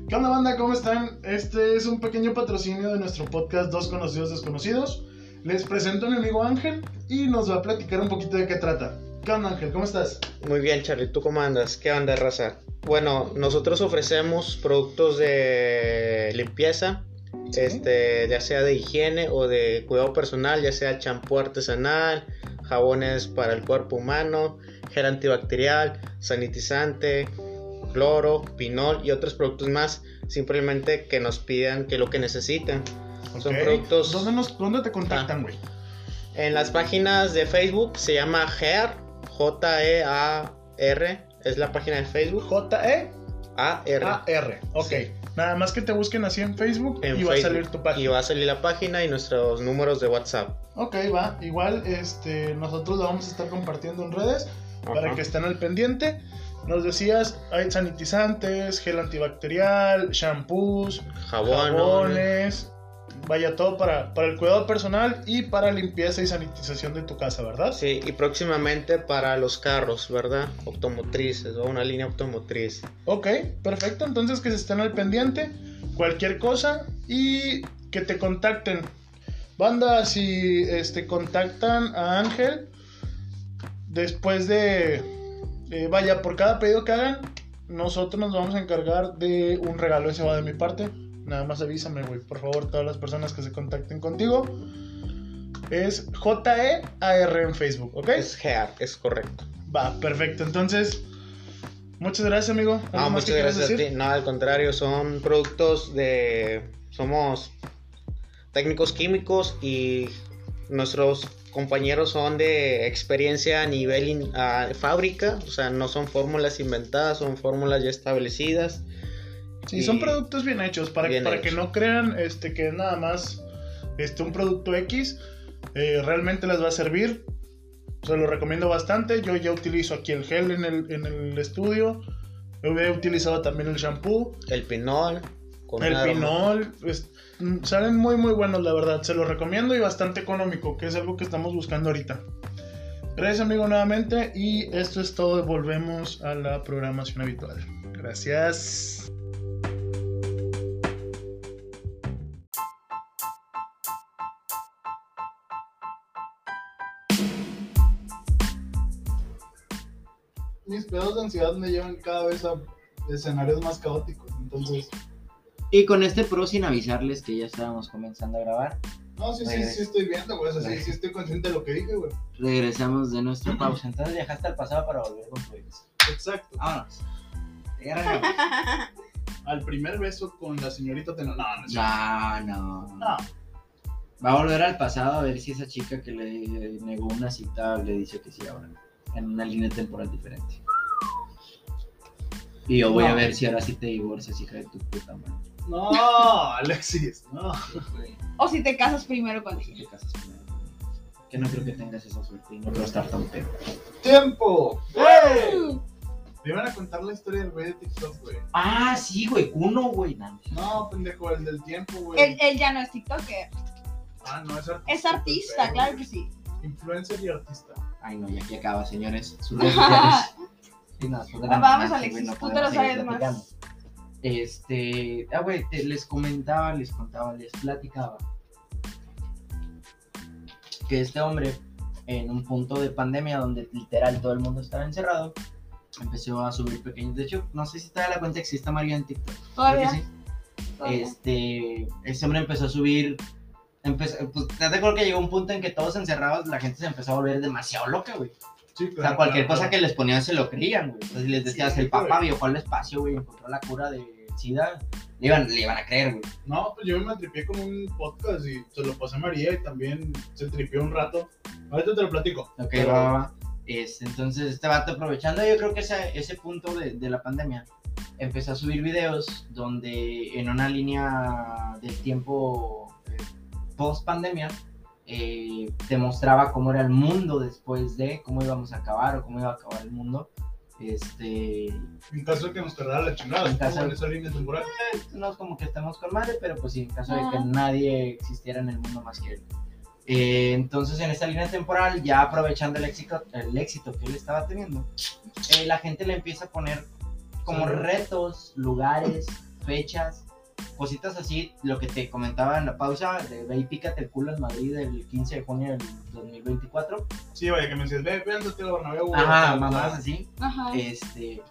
S2: ¿Qué onda, banda? ¿Cómo están? Este es un pequeño patrocinio de nuestro podcast Dos Conocidos Desconocidos. Les presento a mi amigo Ángel y nos va a platicar un poquito de qué trata. ¿Qué onda, Ángel? ¿Cómo estás?
S4: Muy bien, Charlie, ¿tú cómo andas? ¿Qué onda, raza? Bueno, nosotros ofrecemos productos de limpieza, este, ya sea de higiene o de cuidado personal, ya sea champú artesanal, jabones para el cuerpo humano, gel antibacterial, sanitizante, cloro, pinol y otros productos más, simplemente que nos pidan que lo que necesitan. Son
S2: Ok.
S4: productos- Ah.
S2: ¿Dónde, nos- dónde te contactan, güey?
S4: En las páginas de Facebook se llama E GEAR, J-E-A-R, E es la página de Facebook,
S2: J.E.
S4: A-R.
S2: A-R, E ok.
S4: E Sí.
S2: Nada más que te busquen así en Facebook
S4: en
S2: y va a
S4: Facebook.
S2: salir tu página.
S4: Y va a salir la página y nuestros números de WhatsApp.
S2: Ok, va. Igual este, nosotros la vamos a estar compartiendo en redes para
S4: Ajá.
S2: que estén al pendiente. Nos decías, hay sanitizantes, gel antibacterial, shampoos,
S4: Jabón,
S2: jabones. Vaya todo para, para el cuidado personal y para limpieza y sanitización de tu casa, ¿verdad?
S4: Sí, y próximamente para los carros, ¿verdad? Automotrices, va una línea automotriz.
S2: Ok, perfecto. Entonces que se estén al pendiente. Cualquier cosa y que te contacten. Banda, si este, contactan a Ángel, después de... eh, vaya, por cada pedido que hagan, nosotros nos vamos a encargar de un regalo. Ese va de mi parte. Nada más avísame, güey. Por favor, todas las personas que se contacten contigo. Es J-E-A-R en Facebook, ¿ok?
S4: Es GEAR, es correcto.
S2: Va, perfecto. Entonces, muchas gracias, amigo. ¿Algo
S4: Ah,
S2: más que
S4: muchas
S2: quieras
S4: gracias a
S2: decir?
S4: ti. No, al contrario, son productos de. Somos técnicos químicos y nuestros compañeros son de experiencia a nivel in- a fábrica, o sea, no son fórmulas inventadas, son fórmulas ya establecidas.
S2: Sí, son
S4: Y-
S2: productos bien hechos para,
S4: Bien
S2: para
S4: hechos.
S2: que no crean este, que es nada más este, un producto X. eh, realmente les va a servir. Se lo recomiendo bastante. Yo ya utilizo aquí el gel en el, en el estudio. Yo he utilizado también el shampoo,
S4: El pinol. Con
S2: el
S4: un aroma.
S2: pinol. es- mm, salen muy, muy buenos, la verdad. Se los recomiendo y bastante económico, que es algo que estamos buscando ahorita. Gracias, amigo, nuevamente. Y esto es todo. Volvemos a la programación habitual. Gracias. mis pedos de ansiedad me llevan cada vez a escenarios más caóticos. Entonces,
S1: Y con este pro sin avisarles que ya estábamos comenzando a grabar,
S2: no, sí, sí,
S1: Regres-
S2: sí estoy viendo, güey. O sea, sí,
S1: Regres-
S2: sí estoy consciente de lo que dije, güey.
S1: regresamos de nuestra pausa. Entonces viajaste al pasado para volver con tu ex.
S2: Exacto.
S1: Vámonos. Ya regresamos.
S2: Al primer beso con la señorita Teno. No, no, es cierto.
S1: No, no.
S2: no.
S1: Va a volver al pasado a ver si esa chica que le negó una cita le dice que sí ahora. En una línea temporal diferente. Y yo voy
S2: No.
S1: a ver si ahora sí te divorcias, hija de tu puta madre.
S2: No, Alexis, no.
S1: güey.
S3: O si te casas primero con
S1: Y
S3: ella.
S1: te casas con él. Que no creo que tengas esa suerte y no creo estar tan feo.
S2: ¡Tiempo! ¡Ey! Me iban a contar la historia del güey de TikTok, güey.
S1: Ah, sí, güey, uno, güey. No,
S2: No, pendejo, el del tiempo,
S3: Él,
S2: güey.
S3: él ya no es TikToker.
S2: Ah, no, es artista.
S3: Es artista,
S2: pero-
S3: claro que sí.
S2: Influencer y artista.
S1: Ay, no, ya aquí acaba, señores. Sus redes sociales. Sí, no, son de la
S3: Vamos,
S1: mamá, sí,
S3: Alexis,
S1: güey, no
S3: tú te
S1: podemos
S3: lo
S1: seguir
S3: sabes más.
S1: platicando. Este, ah, güey, te- les comentaba, les contaba, les platicaba que este hombre, en un punto de pandemia donde literal todo el mundo estaba encerrado, empezó a subir pequeños. De hecho, no sé si te da la cuenta que sí está María en TikTok. creo que
S3: Todavía.
S1: sí.
S3: todavía.
S1: Este, ese hombre empezó a subir. Empezó, pues, ¿te acuerdas que llegó un punto en que todos encerrados la gente se empezó a volver demasiado loca, güey?
S2: Sí,
S1: O sea, cualquier cosa que les ponían se lo creían, güey. Entonces, si les decías,
S2: Sí,
S1: el papá
S2: güey.
S1: viajó al espacio, güey, encontró la cura de SIDA, Le iban, le iban a creer, güey.
S2: No, pues yo me tripié con un podcast y se lo pasé a María y también se tripió un rato. Ahorita te lo platico.
S1: Ok,
S2: Pero-
S1: va, va, va. Este, entonces, este vato aprovechando, yo creo que ese, ese punto de, de la pandemia, empezó a subir videos donde en una línea del tiempo post pandemia, te mostraba cómo era el mundo después de, cómo íbamos a acabar o cómo iba a acabar el mundo. Este,
S2: En caso de que nos cargara la chingada,
S1: En caso-
S2: como en esa línea temporal.
S1: no es como que estamos con madre, pero pues sí, en caso de
S3: Ajá.
S1: que nadie existiera en el mundo más que él. Eh, entonces, en esta línea temporal, ya aprovechando el éxito, el éxito que él estaba teniendo, eh, la gente le empieza a poner como
S2: Sí.
S1: retos, lugares, fechas, cositas así, lo que te comentaba en la pausa, de ve y pícate el culo en Madrid el 15 de junio del 2024.
S2: Sí, vaya, que me decías, ve, ve, andate a Bernabéu. güey,
S1: Ajá,
S2: tal,
S1: mamadas
S2: tal.
S1: así
S3: Ajá.
S1: este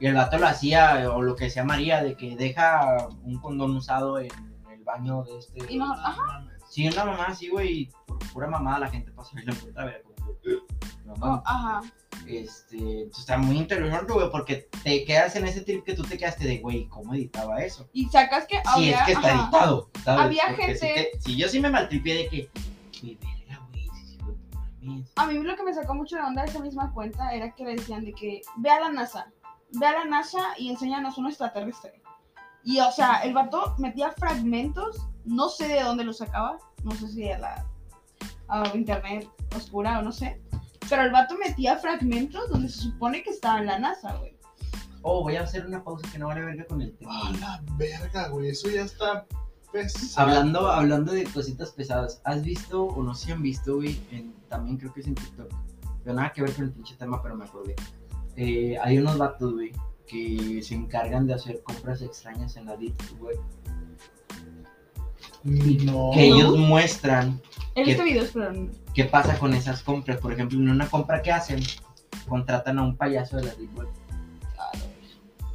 S1: y el vato lo hacía o lo que decía María de que deja un condón usado en el baño de este
S3: Y mejor, ajá.
S2: No mames.
S1: sí una mamá así güey y por pura mamada la gente pasa y la puerta ver como que, no mames.
S3: Oh, ajá.
S1: este entonces, está muy interesante güey porque te quedas en ese trip que tú te quedaste de güey cómo editaba eso
S3: Y sacas que
S1: si
S3: había.
S1: es que está
S3: ajá.
S1: editado ¿sabes?
S3: Había
S1: Porque si
S3: gente-
S1: te- si yo sí me maltripié de que "Qué verga, güey sí, sí, güey, no mames".
S3: A mí lo que me sacó mucho de onda de esa misma cuenta era que le decían de que ve a la NASA, ve a la NASA y enséñanos un extraterrestre. Y o sea, el vato metía fragmentos, no sé de dónde los sacaba, no sé si de la ah, internet oscura o no sé, pero el vato metía fragmentos donde se supone que estaba en la NASA, güey.
S1: oh voy a hacer una pausa que no vale verga con el tema
S2: A Ah, la verga, güey, eso ya está pesado.
S1: Hablando, hablando de cositas pesadas, ¿has visto o no sé si han visto, güey? en- también creo que es en TikTok. No nada que ver con el pinche tema, pero me acordé. Eh, hay unos vatos, güey, que se encargan de hacer compras extrañas en la Deep Web.
S2: No.
S1: Que ellos muestran
S3: He
S1: ¿Qué?
S3: visto videos, pero no.
S1: qué pasa con esas compras. Por ejemplo, en una compra que hacen, contratan a un payaso de la Deep Web.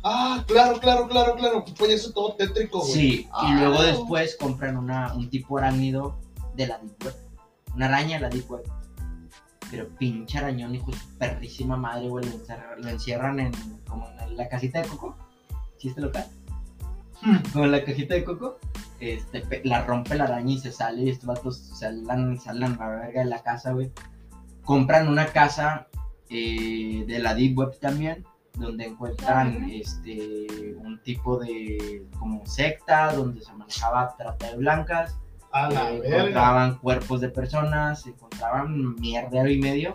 S2: Ah, claro, claro, claro, claro. Un payaso todo tétrico, güey.
S1: Sí, y
S3: Ah.
S1: luego después compran una, un tipo arácnido de la Deep Web. Una araña de la Deep Web. Pero pinche arañón, hijo de su perrísima madre, güey. Lo, encerra- lo encierran en, como en la casita de coco. ¿Chiste local?
S2: Hmm.
S1: Como en la cajita de coco. Este, pe- la rompe la araña y se sale. Y estos vatos salen, salen a la verga de la casa, güey. Compran una casa eh, de la Deep Web también donde encuentran
S3: Ajá.
S1: este un tipo de como secta donde se manejaba trata de blancas,
S2: A la
S1: eh,
S2: verga.
S1: encontraban cuerpos de personas, encontraban mierdero y medio.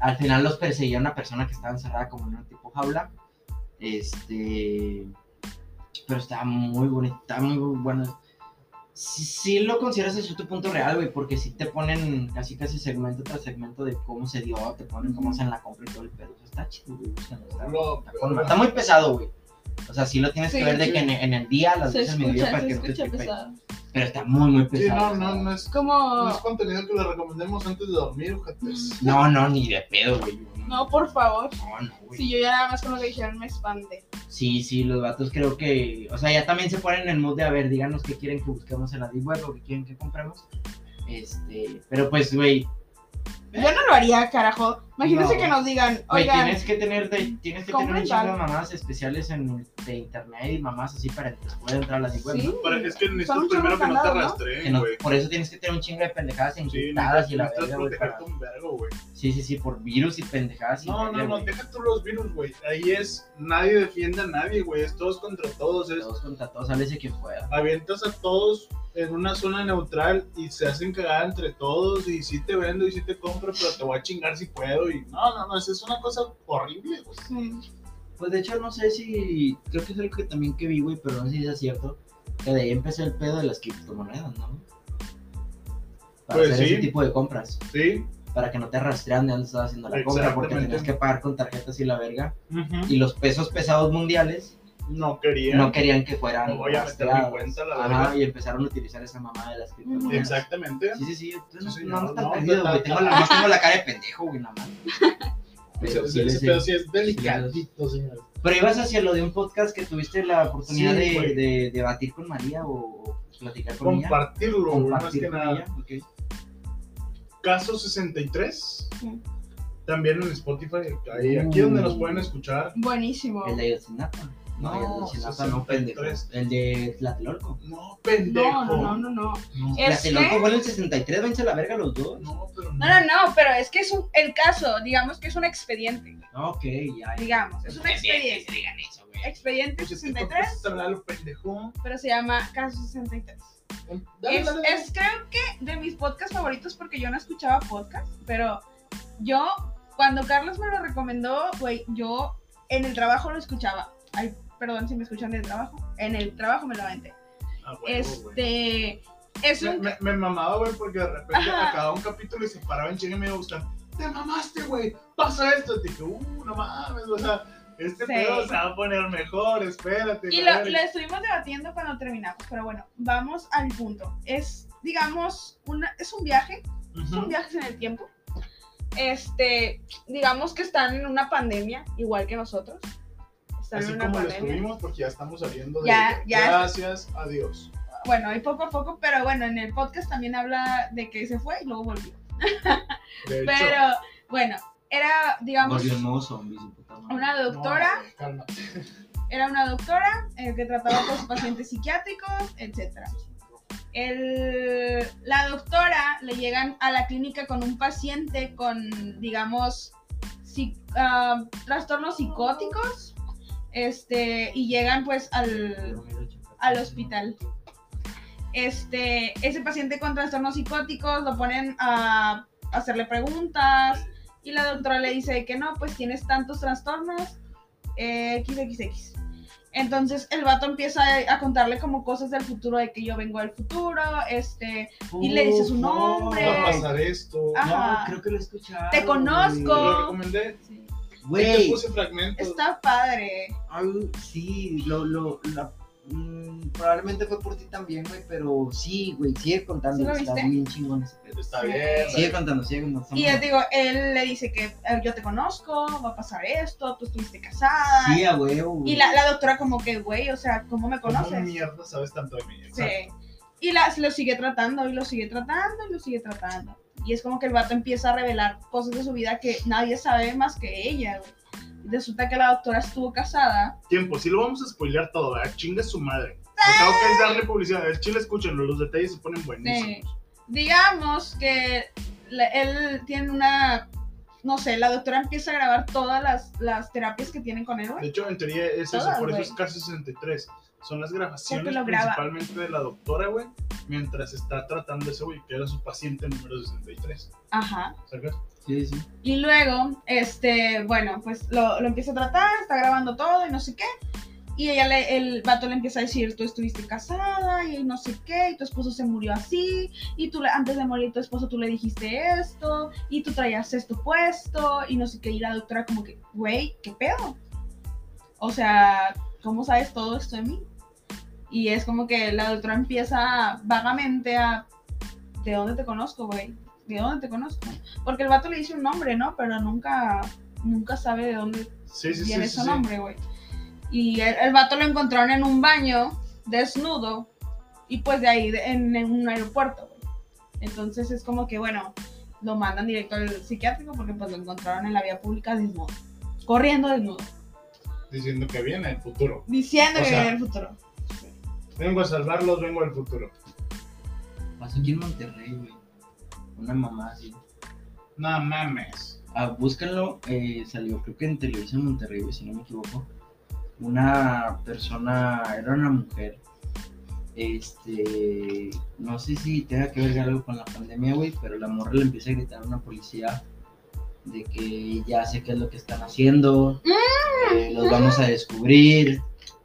S1: Al final los perseguía una persona que estaba encerrada como en un tipo jaula. Este pero estaba muy bonito, estaba muy bueno. Sí, sí lo consideras en cierto punto real, güey, porque si te ponen casi casi segmento tras segmento de cómo se dio, te ponen cómo hacen la compra y todo el pedo. O sea, está chido, güey, búscalo, está-
S2: Lo-
S1: Está con- Está muy pesado, güey. O sea, sí lo tienes
S3: Sí,
S1: que ver de
S2: sí.
S1: que en, en el día, a las
S3: Se
S1: veces al mediodía,
S3: escucha,
S1: para
S3: se
S1: que no te
S3: escucha
S1: estripes.
S3: pesado.
S1: Pero está muy, muy
S2: Sí,
S1: pesado.
S2: no, no, no es, no
S3: Como,
S2: es contenido que le recomendemos antes de dormir, pues. ojetes.
S1: No, no, ni de pedo, güey.
S3: no, por favor.
S1: No, no, güey.
S3: Si yo ya nada más con lo que dijeron me espante.
S1: Sí, sí, los vatos creo que. O sea, ya también se ponen en el mood de a ver, díganos qué quieren que busquemos en la Deep Web o qué quieren que compremos. Este. Pero pues, güey,
S3: Yo no lo haría, carajo. Imagínense
S1: No.
S3: que nos digan,
S1: güey,
S3: oigan,
S1: tienes que tener, de- tienes que tener un
S3: compren
S1: chingo de
S3: tal.
S1: mamadas especiales en, de internet y mamadas así para que pueda entrar a la Deep Web.
S3: sí,
S1: ¿no?
S2: Para- es que
S3: Mm. Son
S2: necesitas
S3: un
S2: primero
S3: chorro
S2: que no te
S3: candado, ¿no?
S1: Que
S2: rastreen,
S1: no-
S2: güey.
S1: por eso tienes que tener un chingo de pendejadas
S2: Sí,
S1: encriptadas
S2: necesitas,
S1: y la
S2: necesitas
S1: verga, güey. para-
S2: protegerte un vergo, güey.
S1: Sí, sí, sí, por virus y pendejadas. y
S2: No,
S1: verga,
S2: no, no,
S1: güey.
S2: deja tú los virus, güey. Ahí es, nadie defiende a nadie, güey. Es todos contra todos. Es,
S1: Todos contra todos, sálvese quien pueda.
S2: avientas a todos en una zona neutral y se hacen cagada entre todos. Y sí te vendo y sí te compro, pero te voy a chingar si puedo. Y no, no, no, esa es una cosa horrible, güey.
S3: sí,
S1: Pues de hecho, no sé si. Creo que es algo que también que vi, güey, pero no sé si es cierto. Que de ahí empezó el pedo de las criptomonedas, ¿no? Para
S2: Pues
S1: hacer
S2: sí.
S1: ese tipo de compras.
S2: Sí.
S1: Para que no te rastrean de dónde estás haciendo la compra, porque
S2: Exactamente.
S1: tenías que pagar con tarjetas y la verga. Y los pesos pesados mundiales
S2: No quería.
S1: no querían que fueran.
S2: No voy a meter mi
S1: rastreados.
S2: cuenta, la
S1: Ajá,
S2: verga.
S1: y empezaron a utilizar esa mamá de las criptomonedas.
S2: Exactamente.
S1: Sí, sí, sí. Entonces,
S2: Sí,
S1: no,
S2: señor,
S1: no tan
S2: no,
S1: perdido,
S2: no,
S1: güey.
S2: no,
S1: Tengo,
S2: no.
S1: la- nomás tengo la cara de pendejo, güey, nada más.
S2: Pero
S1: sí,
S2: ese
S1: sí.
S2: pedo sí es delicadito, señor.
S1: Pero ibas hacia lo de un podcast que tuviste la oportunidad
S2: Sí,
S1: de,
S2: güey.
S1: de debatir con María o o platicar con ella.
S2: Compartirlo, güey, más
S1: Compartir
S2: que
S1: con
S2: nada.
S1: ella. ok.
S2: Caso 63.
S3: Sí.
S2: También en Spotify. Ahí, aquí
S1: Mm.
S2: donde nos pueden escuchar.
S3: buenísimo.
S1: El de Ayotzinapa. No,
S2: No,
S1: el de Sinapa no, pendejo.
S2: 63.
S1: El de Tlatelolco.
S2: No,
S3: No,
S2: pendejo.
S3: no, no, no.
S2: No,
S3: Es que-
S1: Tlatelolco fue en el 63, vence la verga los dos.
S2: no, pero
S3: No, no, no, pero es que es un, el caso, digamos que es un expediente,
S1: Ah, Ok, ya.
S3: digamos, es un expediente.
S1: digan eso, güey.
S3: Expediente
S2: Pues es que
S3: 63,
S2: tú hablas lo pendejo.
S3: pero se llama Caso 63.
S2: Dale,
S3: es,
S2: dale, dale.
S3: es creo que de mis podcasts favoritos porque yo no escuchaba podcast, pero yo, cuando Carlos me lo recomendó, güey, yo en el trabajo lo escuchaba. Ay, perdón si me escuchan del trabajo. En el trabajo me lo aventé.
S2: Ah, huevo, güey.
S3: Este, es
S2: Me,
S3: un...
S2: me, me mamaba, güey, porque de repente
S3: Ajá.
S2: acababa un capítulo y se paraba en chinga y me iba a buscar. Te mamaste, güey. Pasa esto. Y dije, uh, no mames. O sea, este
S3: Sí.
S2: pedo se va a poner mejor. Espérate.
S3: Y lo,
S2: la
S3: lo estuvimos debatiendo cuando terminamos, pero bueno, vamos al punto. Es, digamos, una, es un viaje, son viajes en el tiempo. Este, digamos que están en una pandemia, igual que nosotros. Están
S2: Así
S3: en una
S2: como lo
S3: pandemia.
S2: estuvimos, porque ya estamos saliendo de.
S3: Ya, ya.
S2: Gracias a Dios.
S3: Bueno, hay poco a poco, pero bueno, en el podcast también habla de que se fue y luego volvió.
S2: De hecho,
S3: Pero bueno, era, digamos,
S1: Volvió un nuevo zombie, su puta madre.
S3: una
S2: no,
S3: doctora
S2: güey, calma.
S3: era una doctora eh, que trataba con sus pacientes psiquiátricos, etc. El, la doctora le llegan a la clínica con un paciente con, digamos, psi- ah, trastornos psicóticos este, y llegan pues al, al hospital. Este, ese paciente con trastornos psicóticos lo ponen a hacerle preguntas y la doctora le dice que no, pues tienes tantos trastornos, eh, XXX. Entonces el vato empieza a, a contarle como cosas del futuro, de que yo vengo del futuro, este, y le dice su nombre.
S2: Va a pasar esto.
S3: Ah,
S1: No,
S3: pues, Ajá.
S1: creo que lo he escuchado.
S3: Te
S2: Te
S3: conozco.
S2: lo recomendé. Y te
S1: Güey,
S2: puse fragmentos.
S3: está padre.
S1: ay, sí, lo, lo, la- mm, probablemente fue por ti también, güey, pero sí, güey, sigue contando,
S3: ¿Sí lo
S1: está
S3: viste?
S1: bien chingón ese pedo.
S2: Está
S3: Sí.
S2: bien.
S1: Sigue contando, sigue contando.
S3: Y yo digo, él le dice que eh, yo te conozco, va a pasar esto, tú estuviste casada.
S1: Sí, a huevo.
S3: Y la, la doctora como que, güey, o sea, ¿cómo me
S2: ¿Cómo
S3: conoces?
S2: mierda sabes tanto de mí?
S3: Sí. Y las, lo sigue tratando y lo sigue tratando y lo sigue tratando. Y es como que el vato empieza a revelar cosas de su vida que nadie sabe más que ella. güey. Y Resulta que la doctora estuvo casada.
S2: tiempo, si lo vamos a spoilear todo, ¿verdad? Chinga su madre. Acabo que es darle publicidad. El chile, escúchenlo, los detalles se ponen buenísimos.
S3: Digamos que la- él tiene una... No sé, la doctora empieza a grabar todas las, las terapias que tienen con él,
S2: De
S3: güey.
S2: hecho, en teoría es eso,
S3: Todas,
S2: por eso
S3: güey.
S2: es casi 63. Son las
S3: Porque
S2: grabaciones
S3: lo graba.
S2: principalmente de la doctora, güey, mientras está tratando ese güey, que era su paciente número 63.
S3: Ajá.
S2: ¿Sacas?
S1: Sí, sí.
S3: Y luego, este, bueno, pues lo, lo empieza a tratar, está grabando todo y no sé qué. Y ella le, el vato le empieza a decir, tú estuviste casada y no sé qué, y tu esposo se murió así, y tú le- antes de morir tu esposo tú le dijiste esto, y tú traías esto puesto, y no sé qué, y la doctora como que, güey, ¿qué pedo? O sea, ¿cómo sabes todo esto de mí? Y es como que la doctora empieza vagamente a, ¿de dónde te conozco, güey? ¿De dónde te conozco? Porque el vato le dice un nombre, ¿no? Pero nunca, nunca sabe de dónde
S2: Sí, sí, sí.
S3: viene
S2: sí,
S3: su
S2: sí.
S3: nombre, güey. Y el, el vato lo encontraron en un baño, desnudo, y pues de ahí, de- en, en un aeropuerto, güey. Entonces es como que, bueno, lo mandan directo al psiquiátrico porque pues lo encontraron en la vía pública desnudo. Corriendo desnudo.
S2: Diciendo que viene el futuro.
S3: Diciendo
S2: O
S3: que
S2: sea-
S3: viene el futuro.
S2: Vengo a salvarlos, vengo al futuro.
S1: Pasó aquí en Monterrey, güey. Una mamá así.
S2: No mames.
S1: Ah, búscalo, eh, salió creo que en Televisa Monterrey, güey, si no me equivoco. Una persona, era una mujer. Este, no sé si tenga que ver algo con la pandemia, güey, pero la morra le empieza a gritar a una policía de que ya sé qué es lo que están haciendo, eh, los vamos a descubrir,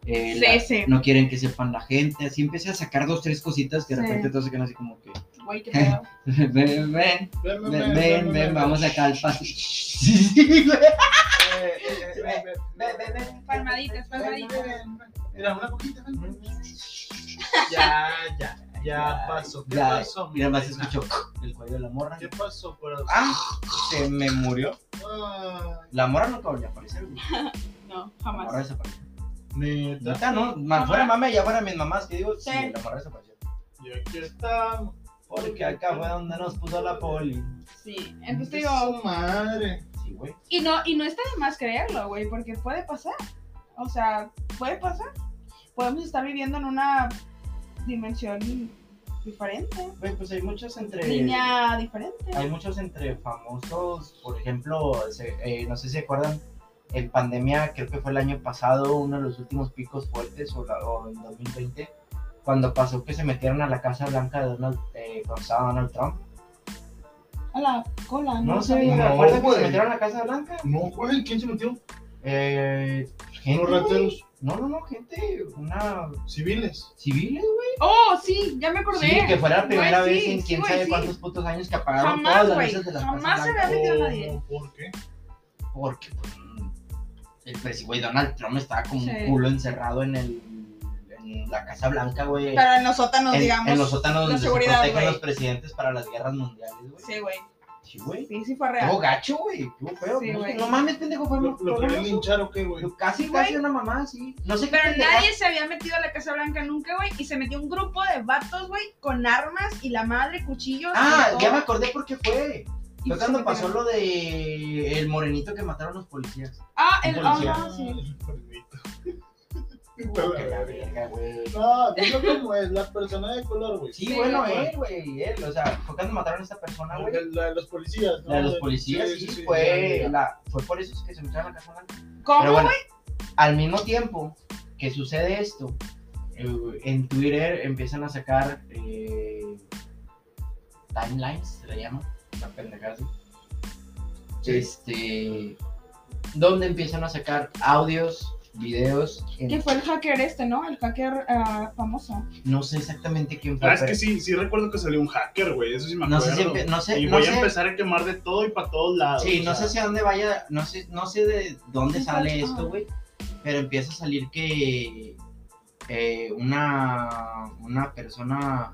S1: eh,
S3: Mm, Sí,
S1: la-
S3: sí.
S1: no quieren que sepan la gente, así empieza a sacar dos, tres cositas que de
S3: Sí.
S1: repente todos se quedan así como que,
S3: Güey, qué pedo.
S1: ven, ven,
S2: Ven,
S1: Ven, ven, ven, vamos acá al paso. Sí, güey.
S2: Eh, eh, eh, ven, ven, ven, ven, ven.
S3: Palmaditas, palmaditas.
S2: Mira, una poquita. Ya, ya, ya pasó. ¿Qué
S1: Ya,
S2: pasó? mi
S1: Mira, más
S2: reina?
S1: escuchó el cuello de la morra.
S2: ¿Qué pasó, corazón?
S1: ¡Ah! Se me murió.
S2: Ah,
S1: La morra nunca volvió a aparecer, güey.
S3: No,
S1: La morra
S3: jamás.
S1: desapareció.
S2: Neta.
S1: Neta, no. Ma- Fuera mame y ahora mis mamás que digo, sí,
S3: Sí.
S1: la morra desapareció.
S2: Y aquí estamos.
S1: Porque acá fue donde nos puso la poli.
S3: Sí. Entonces te
S2: Chingue
S3: digo,
S2: su madre.
S1: Sí, güey.
S3: Y no, y no está de más creerlo, güey, porque puede pasar. O sea, puede pasar. Podemos estar viviendo en una dimensión diferente,
S1: Güey, pues hay muchos entre.
S3: línea diferente.
S1: Hay muchos entre famosos, por ejemplo, se- eh, no sé si se acuerdan, en pandemia, creo que fue el año pasado, uno de los últimos picos fuertes, o, la- o en 2020, cuando pasó que se metieron a la Casa Blanca de Donald, eh, cuando estaba Donald Trump.
S3: A la cola, Ah, no,
S1: No, sé,
S3: sabía.
S1: ¿se
S2: No,
S1: acuerdan que se
S2: güey.
S1: metieron a la Casa Blanca?
S2: No, güey, ¿quién se metió?
S1: Eh, gente,
S2: Unos
S1: güey.
S2: rateros
S1: no, no, no, gente, una
S2: civiles.
S1: civiles, güey.
S3: Oh, sí, ya me acordé.
S1: Sí, que fue la primera
S3: Güey,
S1: vez
S3: sí,
S1: en
S3: sí,
S1: quién
S3: güey,
S1: sabe
S3: sí.
S1: cuántos putos años que apagaron
S3: Jamás,
S1: todas las
S3: güey,
S1: luces de la
S3: jamás
S1: Casa
S3: se
S1: Blanca.
S3: había metido nadie.
S2: ¿Por qué?
S1: Porque, pues, el presi- güey, Donald Trump estaba como
S3: Sí.
S1: un culo encerrado en el en la Casa Blanca, güey.
S3: Pero en los sótanos,
S1: en,
S3: digamos.
S1: en los sótanos
S3: la
S1: donde se
S3: seguridad,
S1: protegen
S3: güey.
S1: los presidentes para las guerras mundiales, güey.
S3: Sí, güey.
S1: Sí, güey.
S3: Sí, sí fue
S1: Estuvo
S3: real.
S1: gacho, güey. Estuvo feo.
S3: Sí,
S1: no,
S3: güey.
S1: no mames, pendejo, fue
S2: ¿Lo, lo
S1: fue
S2: querían
S1: hermoso.
S2: linchar o qué, güey?
S1: Casi,
S3: Güey.
S1: casi una mamá, sí. No sé qué
S3: Pero
S1: pendeja-
S3: nadie se había metido a la Casa Blanca nunca, güey. Y se metió un grupo de vatos, güey, con armas y la madre, cuchillos. y
S1: Ah,
S3: todo.
S1: ya me acordé por qué fue.
S3: Y
S1: Fue
S3: se
S1: cuando
S3: metieron.
S1: pasó lo de el morenito que mataron los policías.
S3: Ah,
S1: un
S3: el.
S1: policía.
S3: Ajá, sí.
S1: Uh, que la verga, güey.
S2: No, dilo como es, la persona de color, güey.
S1: Sí,
S3: Sí,
S1: bueno, eh.
S2: güey.
S1: él, güey, él, o sea, fue cuando mataron a esta persona, güey.
S2: La, la de los policías, ¿no?
S1: La de los policías, sí, pues.
S2: ya,
S1: fue,
S2: ya.
S1: la, fue por eso que se metieron a Casa Blanca. Pero
S3: ¿Cómo, güey?
S1: bueno, al mismo tiempo que sucede esto, eh, en Twitter empiezan a sacar eh, timelines, se le llama, una pendejada así.
S2: Sí.
S1: Este, donde empiezan a sacar audios, videos, en-
S3: Que fue el hacker este, ¿no? El hacker ah, famoso.
S1: no sé exactamente quién fue.
S2: Ah, es
S1: pero-
S2: que sí, sí recuerdo que salió un hacker, güey. Eso sí me acuerdo.
S1: no sé si, empe- no sé,
S2: y
S1: no
S2: voy
S1: sé-
S2: a empezar a quemar de todo y para todos lados.
S1: Sí, no
S2: o sea,
S1: sé si a dónde vaya, no sé, no sé de dónde sale esto, güey, pero empieza a salir que eh, una, una persona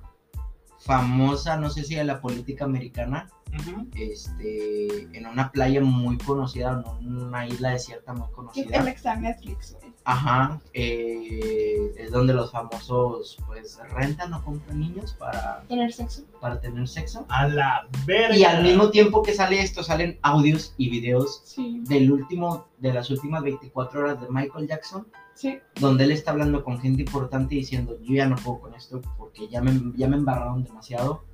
S1: famosa, no sé si de la política americana,
S2: ujú.
S1: este, en una playa muy conocida, en una isla desierta muy
S3: Que él
S2: ah.
S1: conocida,
S3: está en Netflix, güey.
S1: ajá, eh, es donde los famosos, pues, rentan o compran niños para,
S3: Tener sexo.
S1: para tener sexo.
S2: A la verga.
S1: Y al mismo tiempo que sale esto, salen audios y videos
S3: Sí.
S1: del último, de las últimas 24 horas de Michael Jackson,
S3: Sí.
S1: donde él está hablando con gente importante y diciendo, yo ya no puedo con esto porque ya me, ya me embarraron demasiado,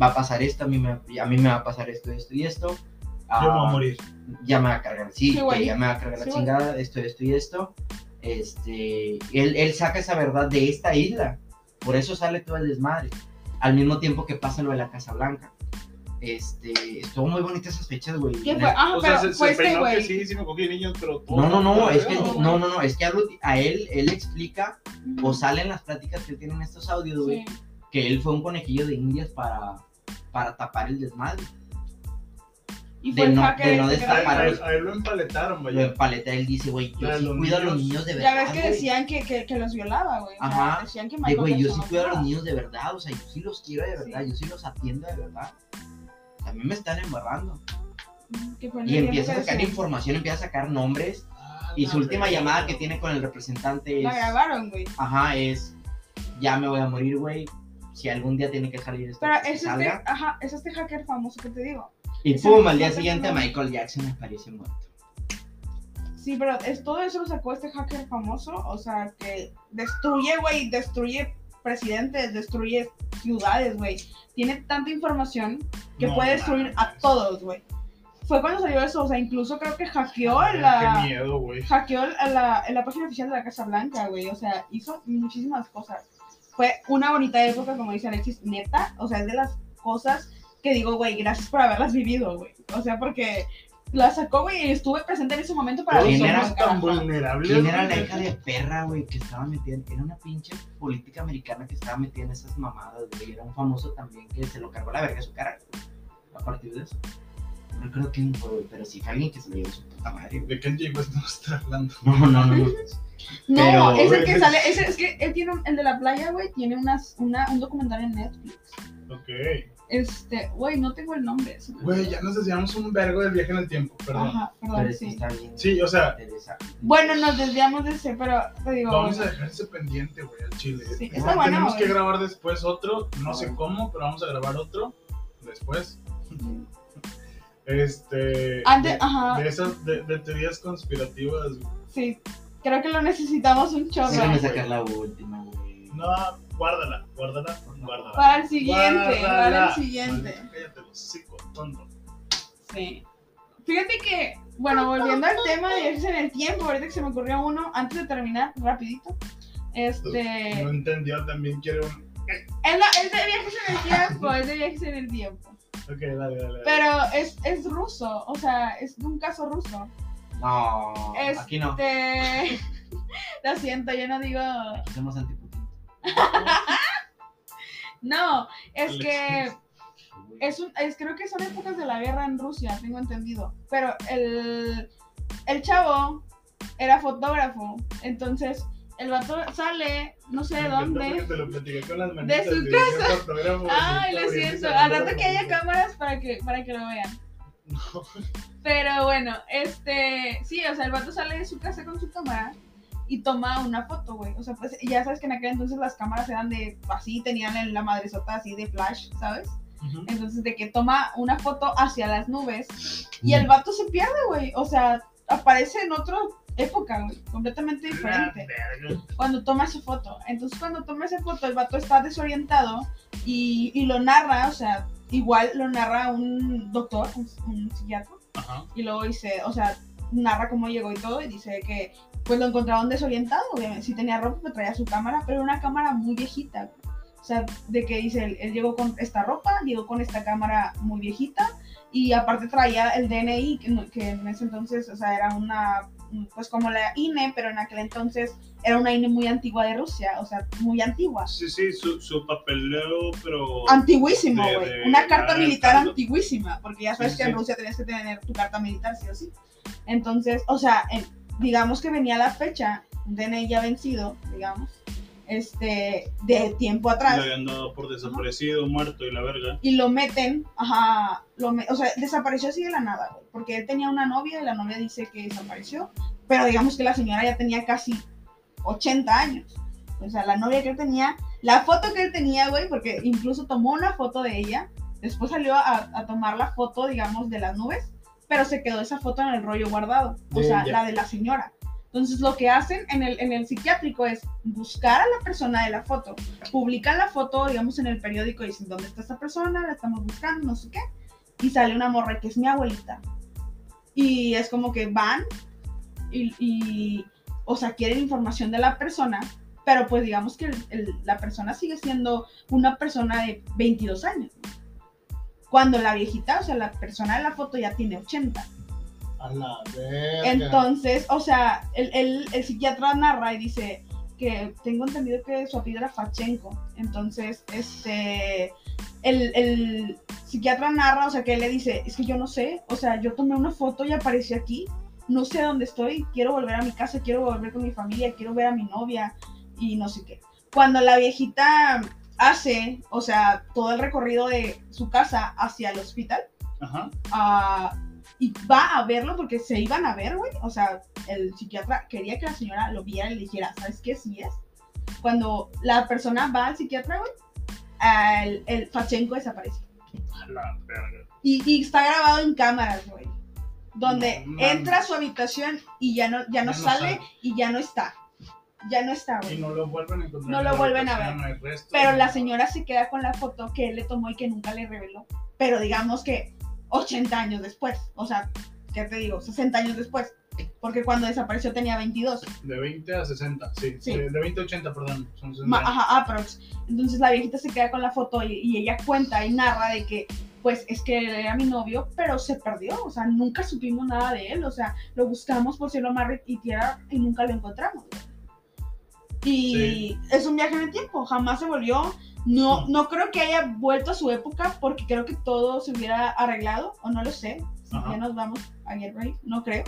S1: va a pasar esto, a mí me, a mí me va a pasar esto, esto y esto. Ah,
S2: Yo me voy a morir.
S1: Ya me va a cargar, sí,
S3: Sí, güey.
S1: que ya me va a cargar
S3: Sí,
S1: la
S3: güey.
S1: chingada, esto, esto y esto. Este, él, él saca esa verdad de esta isla, por eso sale todo el desmadre, al mismo tiempo que pasa lo de la Casa Blanca. Este, estuvo muy bonitas esas fechas, güey.
S3: ¿Qué
S1: Neta.
S3: fue? Ah,
S2: O sea,
S3: pero
S2: se, se
S3: fue este,
S2: peinó que
S3: güey.
S2: sí, sí me cogí niños, pero todo.
S1: No, no, no,
S2: todo
S1: es que
S2: feo.
S3: güey.
S1: no, no, no, es que a, Ruth- a él, él explica,
S3: Ujú.
S1: o salen las pláticas que tienen estos audios, güey,
S3: Sí.
S1: que él fue un conejillo de indias para, para tapar el desmadre.
S3: Y
S1: de
S3: fue el
S1: no-
S3: hacker
S1: de no
S3: este que
S2: A
S1: destapar.
S2: él,
S3: era-
S2: a él- a él lo empaletaron,
S1: Lo
S2: vaya.
S1: empaleta, él dice, güey, yo
S2: Claro,
S1: sí
S2: los
S1: cuido a los
S2: niños.
S1: niños de
S3: Ya
S1: verdad.
S3: ves que
S1: güey.
S3: decían que, que, que los violaba, güey. O sea,
S1: Ajá.
S3: Decían que
S1: De,
S3: Michael
S1: güey, yo sí
S3: Jackson
S1: cuido a los
S3: mataba.
S1: niños de verdad, o sea, yo sí los quiero de verdad,
S3: Sí.
S1: yo sí los atiendo de verdad. A mí me están embarrando.
S3: Ujú, que fue en
S1: Y
S3: el
S1: empieza a
S3: tiempo que
S1: sacar
S3: decían-
S1: información, empieza a sacar nombres.
S2: Ah,
S1: Y
S2: la
S1: su última
S2: verga.
S1: llamada que tiene con el representante
S3: La
S1: es...
S3: grabaron, güey.
S1: Ajá, es ya me voy a morir, güey. Si algún día tiene que salir esto,
S3: Pero
S1: Pues, que
S3: es este,
S1: salga.
S3: ajá, es este hacker famoso que te digo.
S1: Y
S3: ese
S1: pum,
S3: no
S1: al día
S3: está
S1: siguiente
S3: haciendo-
S1: Michael Jackson aparece muerto.
S3: Sí, pero es, todo eso lo sacó este hacker famoso, o sea, que destruye, güey, destruye presidentes, destruye ciudades, güey. Tiene tanta información que
S2: No,
S3: puede destruir a
S2: mames.
S3: todos, güey. Fue cuando salió eso, o sea, incluso creo que hackeó
S2: Ah,
S3: la...
S2: Qué miedo, güey.
S3: hackeó a la, a la página oficial de la Casa Blanca, güey. O sea, hizo muchísimas cosas. Fue una bonita época, como dice Alexis, neta. O sea, es de las cosas que digo, güey, gracias por haberlas vivido, güey. O sea, porque la sacó, güey, y estuve presente en ese momento para
S1: ¿Quién
S3: los
S1: era
S3: hombres,
S2: tan
S3: carajo.
S2: vulnerable?
S1: ¿Quién era la hija de perra, güey, que estaba metida? en- Era una pinche política americana que estaba metida en esas mamadas, güey. Era un famoso también que se lo cargó la verga a su cara. güey, A partir de eso. No recuerdo quién fue, güey, pero sí fue alguien que se lo llevó su puta madre, güey.
S2: ¿De qué llegó estamos hablando?
S1: No, no, no. no.
S3: No,
S1: Pero-
S3: es el que sale, es, el- es que él tiene un- el de la playa, güey, tiene unas, una, un documental en Netflix.
S2: Ok.
S3: Este, güey, no tengo el nombre. se me
S2: Güey,
S3: olvidó.
S2: ya nos desviamos un vergo del viaje en el tiempo, perdón.
S3: Ajá,
S1: Pero
S3: perdón,
S1: sí
S3: sí.
S1: está bien.
S2: Sí, o sea,
S1: interesante.
S3: Bueno, nos desviamos de ese, pero te digo,
S2: vamos a
S3: bueno,
S2: dejar ese pendiente, güey, al chile.
S3: Sí,
S2: Igual
S3: está bueno,
S2: tenemos que
S3: güey.
S2: grabar después otro, no
S1: Ah,
S2: sé
S1: bueno.
S2: cómo, pero vamos a grabar otro después. Este.
S3: antes,
S2: de-
S3: ajá,
S2: De esas, de, de teorías conspirativas, güey.
S3: Sí, Creo que lo necesitamos un chorro.
S1: Déjame sacar la última, güey.
S2: No, guárdala, guárdala, guárdala.
S3: Para el siguiente, para
S2: Guárdala.
S3: el siguiente.
S2: Maldito, Cállate los hocico, tonto.
S3: Sí. Fíjate que, bueno, volviendo al tema de irse en el tiempo, ahorita que se me ocurrió uno, antes de terminar, rapidito. Este.
S2: No entendió, también quiere un.
S3: Es, la- es de viajes en el tiempo, es de viajes en el tiempo.
S2: Ok, dale, dale. dale.
S3: Pero es, es ruso, o sea, es de un caso ruso.
S1: No,
S3: Este-
S1: aquí no.
S3: Te- Lo siento, yo no digo.
S1: Aquí somos antiputin.
S3: No, es
S2: Alex.
S3: que. Es un, es, creo que son épocas de la guerra en Rusia, tengo entendido. Pero el, el chavo era fotógrafo, entonces el vato sale, no sé de
S2: Me encantó porque
S3: dónde.
S2: Te lo platiqué con las manitas,
S3: su
S2: güey, yo en el programa, güey,
S3: Ay,
S2: está
S3: lo
S2: bien,
S3: siento.
S2: se
S3: Al
S2: mandó
S3: rato
S2: la
S3: que haya
S2: manita.
S3: cámaras para que, para que lo vean. Pero bueno, este, sí, o sea, el vato sale de su casa con su cámara y toma una foto, güey. O sea, pues ya sabes que en aquel entonces las cámaras eran de así, tenían la madresota así de flash, ¿sabes?
S2: Ujú.
S3: Entonces, de que toma una foto hacia las nubes
S2: Mm.
S3: y
S1: Mm.
S3: el vato se pierde, güey. O sea, aparece en otra época, güey, completamente
S2: Ah,
S3: diferente. Cuando toma esa foto. Entonces, cuando toma esa foto, el vato está desorientado y, y lo narra, o sea, igual lo narra un doctor, un- un psiquiatra
S2: Ajá.
S3: y luego dice, o sea, narra cómo llegó y todo, y dice que pues lo encontraron desorientado, obviamente, si tenía ropa, pues traía su cámara, pero era una cámara muy viejita. O sea, de que dice, él, él llegó con esta ropa, llegó con esta cámara muy viejita, y aparte traía el DNI, que, no- que en ese entonces, o sea, era una, pues como la INE, pero en aquel entonces era una INE muy antigua de Rusia, o sea, muy antigua.
S2: Sí, sí, su, su papeleo, pero.
S3: Antiguísimo,
S2: de-
S3: güey.
S2: de-
S3: Una carta
S2: ah,
S3: militar
S2: tanto.
S3: antiguísima, porque ya sabes
S2: Sí,
S3: que
S2: sí.
S3: en Rusia tenías que tener tu carta militar, sí o sí. Entonces, o sea, en- digamos que venía la fecha, un DNI ya vencido, digamos, este, de tiempo
S2: Le
S3: atrás,
S2: habían dado por desaparecido, muerto y la verga.
S3: y lo meten, ajá, lo me- o sea, desapareció así de la nada, güey, porque él tenía una novia y la novia dice que desapareció, pero digamos que la señora ya tenía casi 80 años. O sea, la novia que él tenía, la foto que él tenía, güey, porque incluso tomó una foto de ella, después salió a, a tomar la foto, digamos, de las nubes, pero se quedó esa foto en el rollo guardado, o
S2: De
S3: sea,
S2: ella.
S3: la de la señora. Entonces lo que hacen en el, en el psiquiátrico es buscar a la persona de la foto, publican la foto, digamos, en el periódico y dicen, ¿dónde está esta persona? La estamos buscando, no sé qué. Y sale una morra que es mi abuelita. Y es como que van y, y, o sea, quieren información de la persona, pero pues digamos que el- el- la persona sigue siendo una persona de 22 años. Cuando la viejita, o sea, la persona de la foto ya tiene 80.
S2: A la verga.
S3: Entonces, o sea, el, el- el psiquiatra narra y dice que tengo entendido que su apellido era Fachenko. Entonces, este, el, el psiquiatra narra, o sea, que él le dice, es que yo no sé, o sea, yo tomé una foto y aparecí aquí, no sé dónde estoy, quiero volver a mi casa, quiero volver con mi familia, quiero ver a mi novia y no sé qué. Cuando la viejita hace, o sea, todo el recorrido de su casa hacia el hospital,
S2: Ajá.
S3: ah, y va a verlo porque se iban a ver, güey. O sea, el psiquiatra quería que la señora lo viera y le dijera, ¿sabes qué? Sí es. Cuando la persona va al psiquiatra, güey, el, el Fachenko desaparece.
S2: A la verga.
S3: Y, y está grabado en cámaras, güey. Donde
S2: No mames.
S3: entra a su habitación y ya no, ya no, sale, y ya no está. Ya no está,
S2: Y
S3: güey.
S2: no lo vuelven a encontrar.
S3: No
S2: en
S3: lo
S2: la
S3: vuelven a
S2: habitación,
S3: ver.
S2: no hay restos,
S3: Pero
S2: no-
S3: la señora se queda con la foto que él le tomó y que nunca le reveló. Pero digamos que 80 años después. O sea, ¿qué te digo? 60 años después. Porque cuando desapareció tenía 22.
S2: De 20 a 60, sí.
S3: Sí.
S2: De, de 20 a 80, perdón. Son 60.
S3: Ma- ajá, aprox. Entonces la viejita se queda con la foto y, y ella cuenta y narra de que, pues, es que él era mi novio, pero se perdió. O sea, nunca supimos nada de él. O sea, lo buscamos por cielo, mar y tierra y nunca lo encontramos. Y es un viaje en el tiempo. Jamás se volvió. No,
S2: No.
S3: no creo que haya vuelto a su época porque creo que todo se hubiera arreglado, o no lo sé. Si
S2: Ajá.
S3: ya nos vamos a Guerra, no creo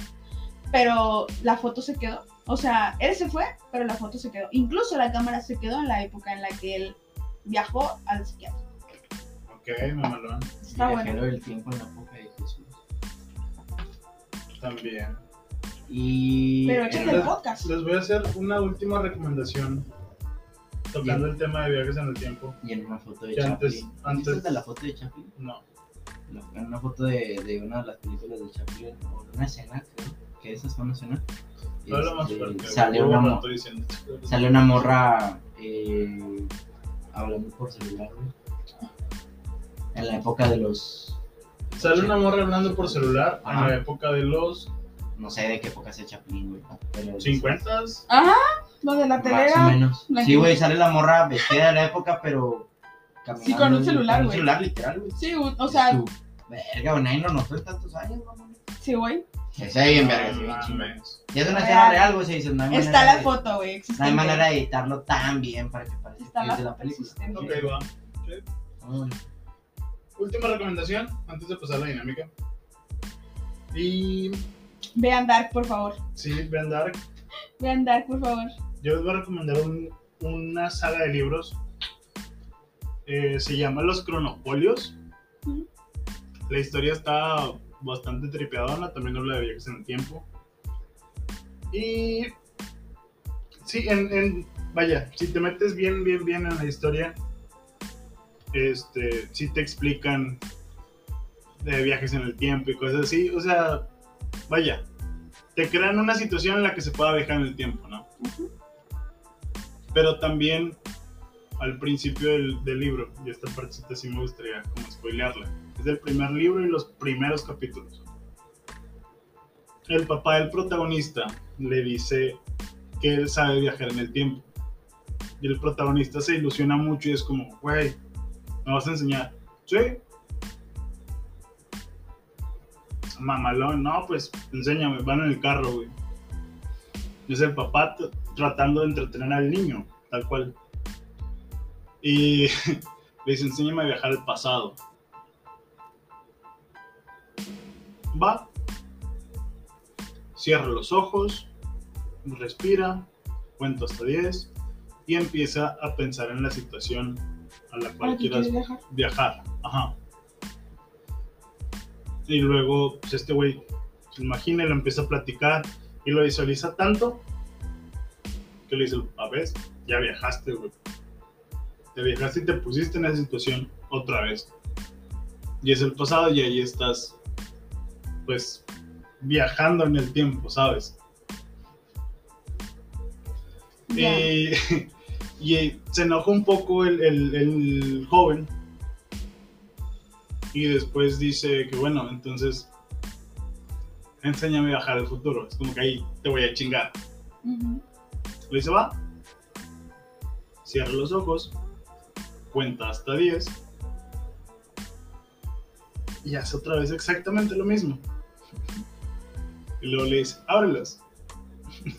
S3: pero la foto se quedó. O sea, él se fue, pero la foto se quedó. Incluso la cámara se quedó en la época en la que él viajó al psiquiatra.
S2: Ok, me malón.
S3: Está bueno.
S1: Viajero del tiempo en la época de Jesús.
S2: También.
S1: Y.
S3: Pero échate el podcast.
S2: Les voy a hacer una última recomendación. Tocando el tema de viajes en el tiempo.
S1: Y en una foto de
S2: Que antes-
S1: Chaplin.
S2: antes-
S1: ¿Viste de la foto de Chaplin?
S2: No.
S1: La- En una foto de, de una de las películas de Chaplin, o de una escena, creo que esa es una escena.
S2: Habla más
S1: este,
S2: fuerte.
S1: sale
S2: güey,
S1: una,
S2: no
S1: mo-
S2: estoy diciendo.
S1: sale una morra eh, hablando por celular, güey. En la época de los,
S2: Sale una morra hablando por celular en
S1: Ajá.
S2: la época de los
S1: no sé de qué época sea Chaplin, güey. pero-
S2: 50
S3: Ajá, lo de la
S1: Más o
S3: telera.
S1: menos.
S3: la
S1: Sí,
S3: que-
S1: güey, sale la morra vestida de la época, pero.
S3: Sí, con
S1: caminando,
S3: un celular,
S1: con
S3: güey.
S1: Un celular, literal, güey.
S3: Sí, un- o sea,
S1: Su- Verga, güey, nadie lo notó en tantos años, güey.
S3: sí, güey.
S1: Esa bien verga, sí,
S2: No
S1: bien chingón.
S2: mames.
S1: Y es una
S3: Real.
S1: escena real, güey, se dice. No hay
S3: Está
S1: manera
S3: la
S1: de-
S3: foto, güey.
S1: No hay
S3: existente.
S1: manera de editarlo tan bien para que parezca
S3: Está
S1: que
S3: la
S1: es de la
S3: foto
S1: película.
S3: existente.
S2: Ok, va.
S1: Vámonos.
S2: Última recomendación antes de pasar a la dinámica. Y
S3: Vean Dark, por favor.
S2: sí, vean Dark.
S3: Vean Dark, por favor.
S2: Yo les voy a recomendar un- una saga de libros. Eh, se llama Los Cronopolios.
S3: Ujú.
S2: La historia está bastante tripeadona, también habla de viajes en el tiempo. Y. Sí, en, en- Vaya, si te metes bien, bien, bien en la historia, este, sí te explican de viajes en el tiempo y cosas así. O sea, vaya, te crean una situación en la que se pueda viajar en el tiempo, ¿no? pero también al principio del, del libro, y esta partecita sí me gustaría como spoilearla, es del primer libro y los primeros capítulos. El papá del protagonista le dice que él sabe viajar en el tiempo. Y el protagonista se ilusiona mucho y es como, güey, ¿me vas a enseñar? Sí. Mamalón, no, pues enséñame, van en el carro, güey. Es el papá t- tratando de entretener al niño, tal cual. Y le dice, enséñame a viajar al pasado. Va. Cierra los ojos. Respira. Cuenta hasta 10. Y empieza a pensar en la situación a la
S3: ¿Para
S2: cual
S3: qué
S2: quieras
S3: quieres dejar?
S2: viajar. Ajá. Y luego, pues este güey se imagina y lo empieza a platicar y lo visualiza tanto que le dice, a ver, ya viajaste, güey. Te viajaste y te pusiste en esa situación otra vez. Y es el pasado y ahí estás, pues, viajando en el tiempo, ¿sabes?
S1: Eh,
S3: Ya.
S2: Y, y eh, se enojó un poco el, el- el joven. Y después dice que bueno, entonces enséñame a viajar al futuro. Es como que ahí te voy a chingar.
S3: Ujú.
S2: Le dice, va. Cierra los ojos. Cuenta hasta 10. Y hace otra vez exactamente lo mismo. Y luego le dice, ábrelos.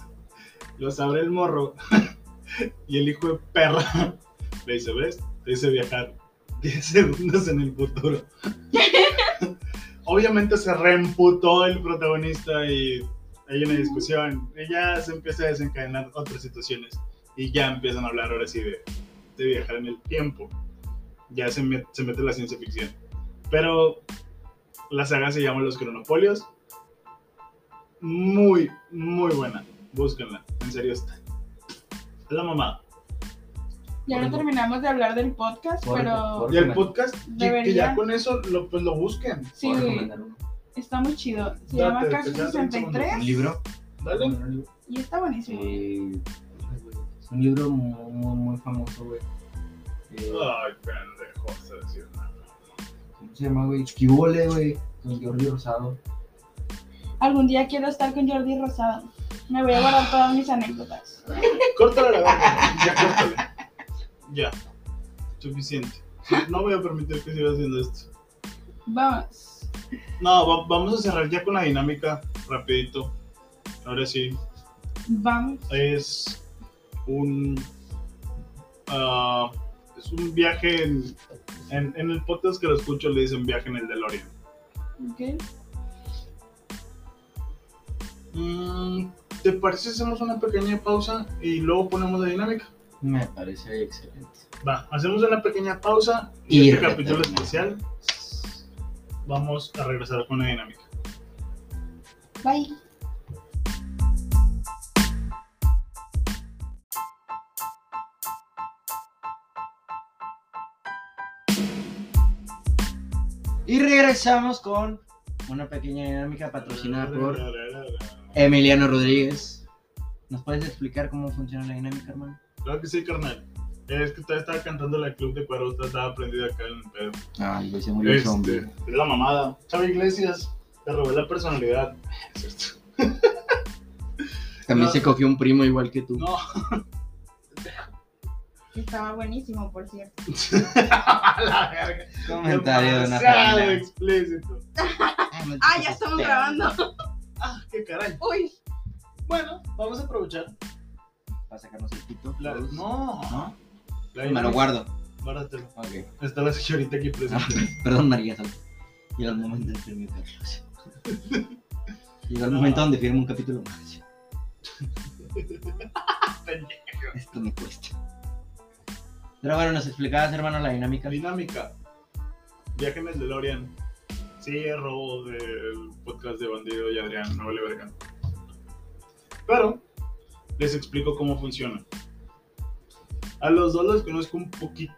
S2: los abre el morro. y el hijo de perra le dice, ¿ves? Te hice viajar 10 segundos en el futuro. Obviamente se reemputó el protagonista y hay una discusión, y ya se empieza a desencadenar otras situaciones y ya empiezan a hablar ahora sí de, de viajar en el tiempo. Ya se, met- se mete la ciencia ficción. Pero la saga se llama Los Cronopolios. Muy, muy buena. Búsquenla. En serio está. Es la mamá.
S3: Ya no terminamos de hablar del podcast,
S1: Por-
S3: pero
S1: por-
S2: Y el podcast, y que
S3: Debería.
S2: ya con eso, lo, pues lo busquen.
S3: sí,
S1: ¿Puedo
S3: güey,
S1: recomendar uno?
S3: está muy chido.
S2: Date,
S3: Se llama Caso
S2: date un segundo.
S3: 63
S1: Un libro.
S2: Dale.
S1: Un libro.
S3: y está buenísimo.
S1: Eh, ay, güey, es un libro muy, muy, muy famoso, güey. Eh,
S2: Ay, pendejo, se decía nada.
S1: ¿Cómo se llama, güey? Esquivole, güey. Con Jordi Rosado.
S3: Algún día quiero estar con Jordi Rosado. Me voy a guardar todas mis anécdotas.
S2: Córtale la verga. Ya, córtale. Ya. Suficiente. No voy a permitir que siga haciendo esto.
S3: Vamos.
S2: No, va- vamos a cerrar ya con la dinámica. Rapidito. Ahora sí.
S3: Vamos.
S2: Es un. ah, es un viaje en, en, en el podcast que lo escucho le dicen viaje en el DeLorean.
S3: Ok.
S2: Mm, ¿Te parece si hacemos una pequeña pausa y luego ponemos la dinámica?
S1: Me parece excelente.
S2: Va, hacemos una pequeña pausa
S1: Y
S2: y este
S1: retornamos.
S2: capítulo especial vamos a regresar con la dinámica.
S3: Bye.
S1: Y regresamos con una pequeña dinámica patrocinada por Emiliano Rodríguez. ¿Nos puedes explicar cómo funciona la dinámica, hermano?
S2: Claro que sí, carnal. Es que todavía estaba cantando la Club de Cueros, todavía estaba prendida acá en el pedo.
S1: Ay, güey, se murió el
S2: Este, es la mamada. Chava Iglesias, te robé la personalidad. Es cierto.
S1: También
S2: no.
S1: se cogió un primo igual que tú.
S2: No.
S3: Estaba buenísimo, por cierto.
S2: A la verga.
S1: Comentario de una
S2: Demasiado
S1: familia.
S2: explícito.
S3: Ah, ya estamos grabando.
S2: Ah, qué caray.
S3: Uy,
S2: Bueno, vamos a aprovechar.
S1: Para sacarnos el pito.
S2: La... No.
S1: Pues, ¿No?
S2: La
S1: Me lo guardo.
S2: Guárdatelo.
S1: Ok.
S2: Está la señorita aquí presente.
S1: Perdón, María. Sol. Llega el momento de firmar un capítulo. Llega el momento donde firmo un capítulo más. Ah.
S2: Pendejo.
S1: Esto me cuesta. Pero bueno, nos explicabas, hermano, la dinámica.
S2: Dinámica. Viaje en el DeLorean. Sí, es robo del podcast de Bandido y Adrián, no vale verga. Pero les explico cómo funciona. A los dos los conozco un poquito.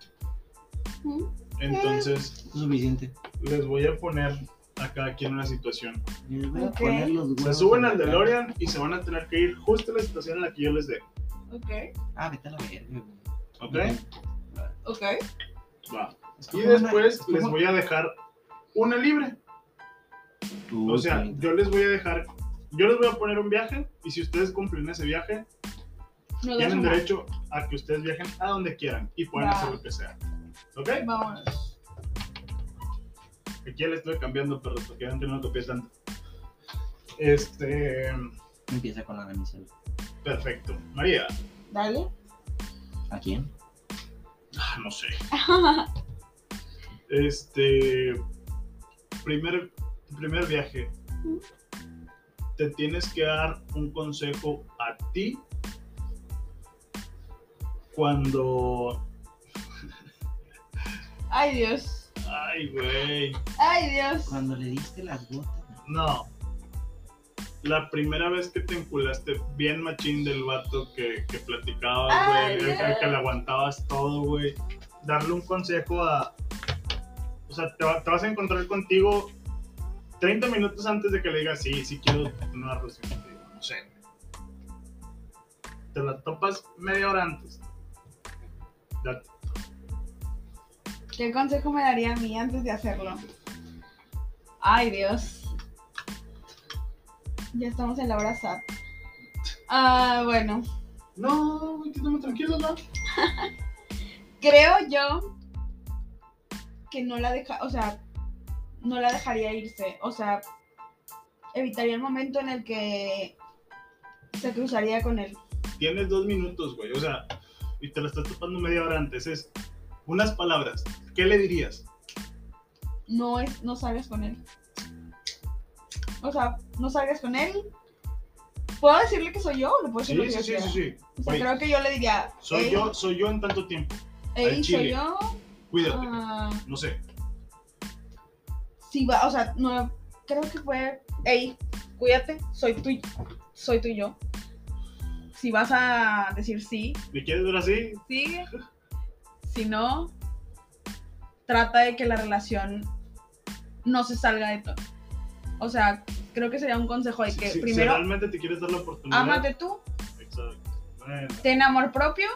S3: Mm.
S2: Entonces
S1: Suficiente.
S2: les voy a poner a cada quien una situación.
S1: Les voy a
S3: Ok.
S1: poner los
S2: Se
S1: huevos
S2: suben
S1: en la
S2: al
S1: cara.
S2: DeLorean y se van a tener que ir justo a la situación en la que yo les dé.
S3: ok,
S1: Ah, vete a la verga, güey.
S2: ¿Ok?
S3: ok.
S2: Va.
S1: Es
S2: Y
S1: como una-
S2: después
S1: es como-
S2: les voy a dejar una libre.
S1: Uy,
S2: O sea,
S1: qué
S2: yo les voy a dejar, yo les voy a poner un viaje y si ustedes cumplen ese viaje,
S3: Nos
S2: tienen
S3: vemos.
S2: derecho a que ustedes viajen a donde quieran y puedan
S3: Va.
S2: hacer lo que sea. ¿Ok?
S3: Vámonos.
S2: Aquí ya le estoy cambiando, pero porque antes no lo copié tanto. Este,
S1: Empieza con la camiseta.
S2: perfecto. María,
S3: Dale.
S1: ¿A quién?
S2: ah, no sé. Este, primer, primer viaje. Te tienes que dar un consejo a ti cuando
S3: Ay, Dios.
S2: Ay, güey.
S3: Ay, Dios.
S1: Cuando le diste las gotas.
S2: No. La primera vez que te enculaste bien machín del vato que, que platicabas,
S3: Ay,
S2: güey. el-
S3: Dios.
S2: el que le aguantabas todo, güey. Darle un consejo a... O sea, te, va- te vas a encontrar contigo 30 minutos antes de que le digas, sí, sí quiero una relación contigo. No sé. Te la topas media hora antes. Date.
S3: ¿Qué consejo me daría a mí antes de hacerlo? Ay, Dios. Ya estamos en la hora sad. Ah, bueno.
S2: No, güey, quédame tranquilo, ¿no?
S3: Creo yo que no la deja, o sea, no la dejaría irse. O sea, evitaría el momento en el que se cruzaría con él.
S2: tienes dos minutos, güey. O sea, y te la estás topando media hora antes. Es unas palabras. ¿Qué le dirías?
S3: No es, no salgas con él. O sea, no salgas con él. ¿Puedo decirle que soy yo o le puedo decir lo
S2: Sí,
S3: que
S2: sí,
S3: yo
S2: sí, sí,
S3: quiera?
S2: sí.
S3: O sea,
S2: Güey,
S3: creo que yo le diría.
S2: soy
S3: "Ey,
S2: yo, soy yo en tanto tiempo. al
S3: Ey,
S2: chile.
S3: soy yo.
S2: Cuídate.
S3: ah,
S2: No sé.
S3: sí, va, o sea, no, creo que fue. Ey, cuídate, soy tú, y- soy tú y yo. Si vas a decir sí,
S2: ¿Me quieres ver así?
S3: sigue. Si no, trata de que la relación no se salga de todo. O sea, creo que sería un consejo de
S2: Si-
S3: que
S2: si, si
S3: primero
S2: realmente te quieres dar la oportunidad.
S3: ámate tú,
S2: Exacto. Bueno,
S3: ten amor propio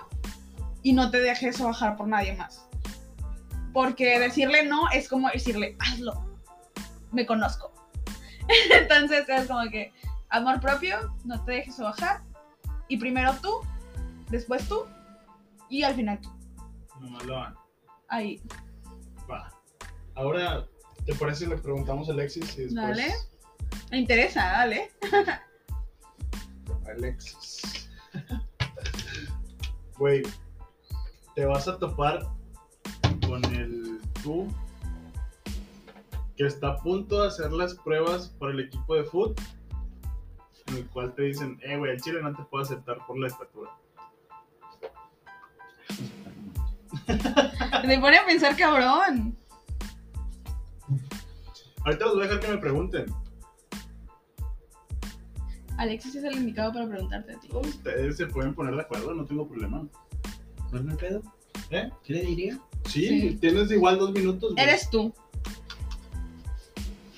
S3: y no te dejes bajar por nadie más. Porque decirle no es como decirle, hazlo, me conozco. Entonces es como que amor propio, no te dejes bajar y primero tú, después tú y al final tú.
S2: mamalón.
S3: Ahí,
S2: Va. Ahora, ¿te parece si le preguntamos a Alexis y después?
S3: Dale. me interesa, dale.
S2: Alexis. Güey, te vas a topar con el tú que está a punto de hacer las pruebas para el equipo de fútbol, en el cual te dicen, eh, güey, el chile no te puedo aceptar por la estatura.
S3: Me pone a pensar cabrón.
S2: Ahorita los voy a dejar que me pregunten.
S3: Alexis es el indicado para preguntarte a ti.
S2: Ustedes se pueden poner de acuerdo, no tengo problema.
S1: ¿Cuál me pedo?
S2: ¿Eh?
S1: ¿Qué le diría?
S2: Sí,
S3: Sí.
S2: tienes igual dos minutos. güey.
S3: Eres tú.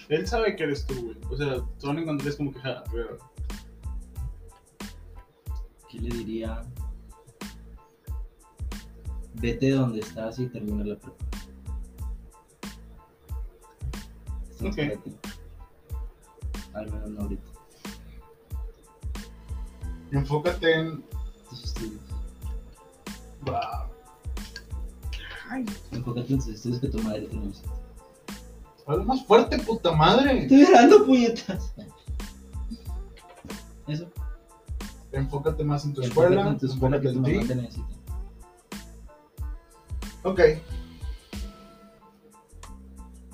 S2: Él sabe que eres tú, güey. O sea, te van a encontrar es como que, ja, güey.
S1: Yo le diría, vete de donde estás y termina la prepa. Esto no es
S2: Ok.
S1: para ti. Al menos no ahorita.
S2: Enfócate en.
S1: Tus estudios.
S2: Wow.
S3: Ay,
S1: Enfócate en tus estudios que tu madre te lo hizo.
S2: Algo más fuerte, puta madre.
S1: Estoy llorando, puñetas. Eso.
S2: Enfócate más en tu
S1: Enfócate
S2: escuela.
S1: en tu escuela que
S2: enfócate
S1: tu
S2: en
S1: mamá
S2: ti.
S1: te necesita.
S2: Ok.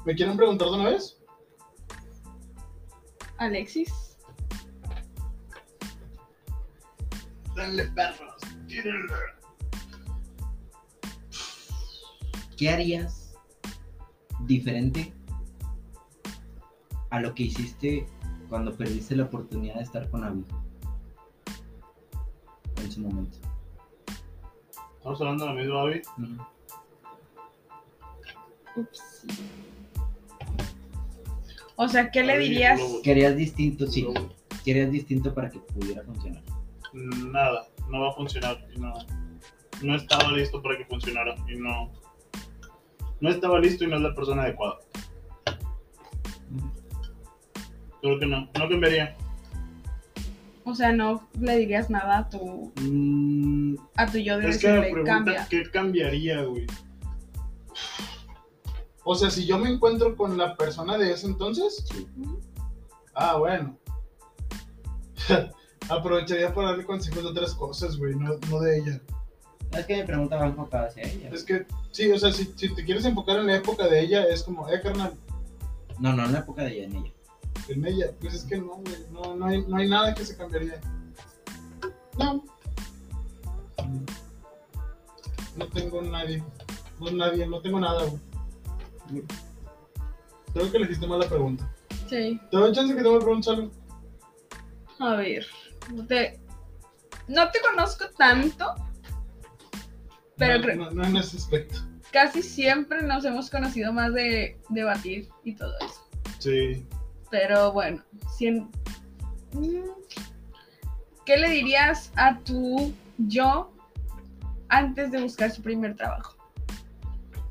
S2: ¿Me quieren preguntar de una vez?
S3: Alexis.
S2: Dale, perros. Tírenle.
S1: ¿Qué harías diferente a lo que hiciste cuando perdiste la oportunidad de estar con Abby? En su momento.
S2: Estamos hablando de la misma, Abby.
S1: Ujú.
S3: Ups. O sea, ¿qué le dirías?
S1: Querías distinto, sí. Querías distinto para que pudiera funcionar.
S2: Nada, no va a funcionar. y No, no estaba listo para que funcionara. Y no. No estaba listo y no es la persona adecuada. Creo que no. No cambiaría.
S3: O sea, no le dirías nada a tu,
S1: Mm,
S3: a tu yo de
S2: Es que me
S3: decirle,
S2: preguntan
S3: cambia.
S2: qué cambiaría, güey. O sea, si yo me encuentro con la persona de ese entonces,
S1: sí.
S2: ah, bueno. Aprovecharía para darle consejos de otras cosas, güey, no, no de ella.
S1: Es que mi pregunta va enfocada hacia ella.
S2: Es que, sí, o sea, si, si te quieres enfocar en la época de ella, es como, eh, carnal,
S1: No, no en la época de ella, en ella.
S2: en ella, pues es que no, güey, no, no, hay, no hay nada que se cambiaría. No. No tengo nadie, no nadie, no tengo nada, güey. Creo que elegiste mal la pregunta.
S3: Sí.
S2: ¿Te doy chance que te voy a preguntar algo?
S3: A ver. no te- no te conozco tanto. Pero
S2: Ah, no,
S3: creo-
S2: no, no en ese aspecto.
S3: Casi siempre nos hemos conocido más de debatir y todo eso.
S2: Sí.
S3: Pero bueno, si en- Mm. ¿qué le dirías a tu yo antes de buscar su primer trabajo?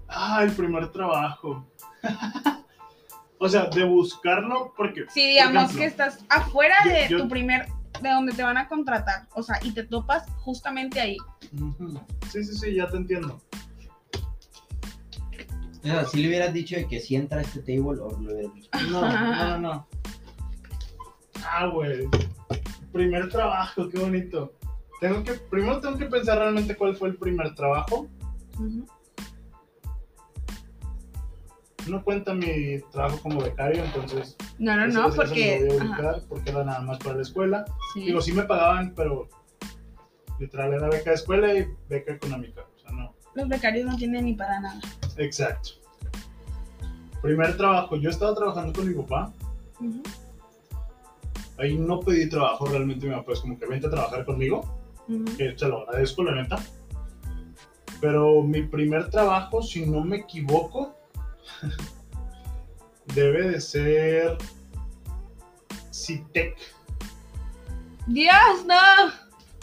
S2: Ah, el primer trabajo. o sea, de buscarlo porque...
S3: Si digamos
S2: ejemplo,
S3: que estás afuera
S2: yo-
S3: de
S2: yo-
S3: tu primer, de donde te van a contratar, o sea, y te topas justamente ahí.
S2: Ujú. Sí, sí, sí, ya te entiendo.
S1: O sea, si le hubieras dicho de que si entra a este table o lo hubieras dicho.
S2: No, no, no, no. Ah, güey. Primer trabajo, qué bonito. Tengo que, primero tengo que pensar realmente cuál fue el primer trabajo. No cuenta mi trabajo como becario, entonces...
S3: No, no,
S2: eso-
S3: no,
S2: eso me
S3: porque...
S2: lo voy a
S3: ajá,
S2: ubicar porque era nada más para la escuela.
S3: sí.
S2: Digo, sí me pagaban, pero literal era beca de escuela y beca económica. O sea, no.
S3: Los becarios no tienen ni para nada.
S2: Exacto. Primer trabajo. Yo estaba trabajando con mi papá.
S3: Ujú,
S2: Ahí no pedí trabajo realmente. Mi papá es como que vente a trabajar conmigo.
S3: ujú.
S2: Que se lo agradezco, la neta. Pero mi primer trabajo, si no me equivoco, debe de ser E Citec.
S3: Dios, no.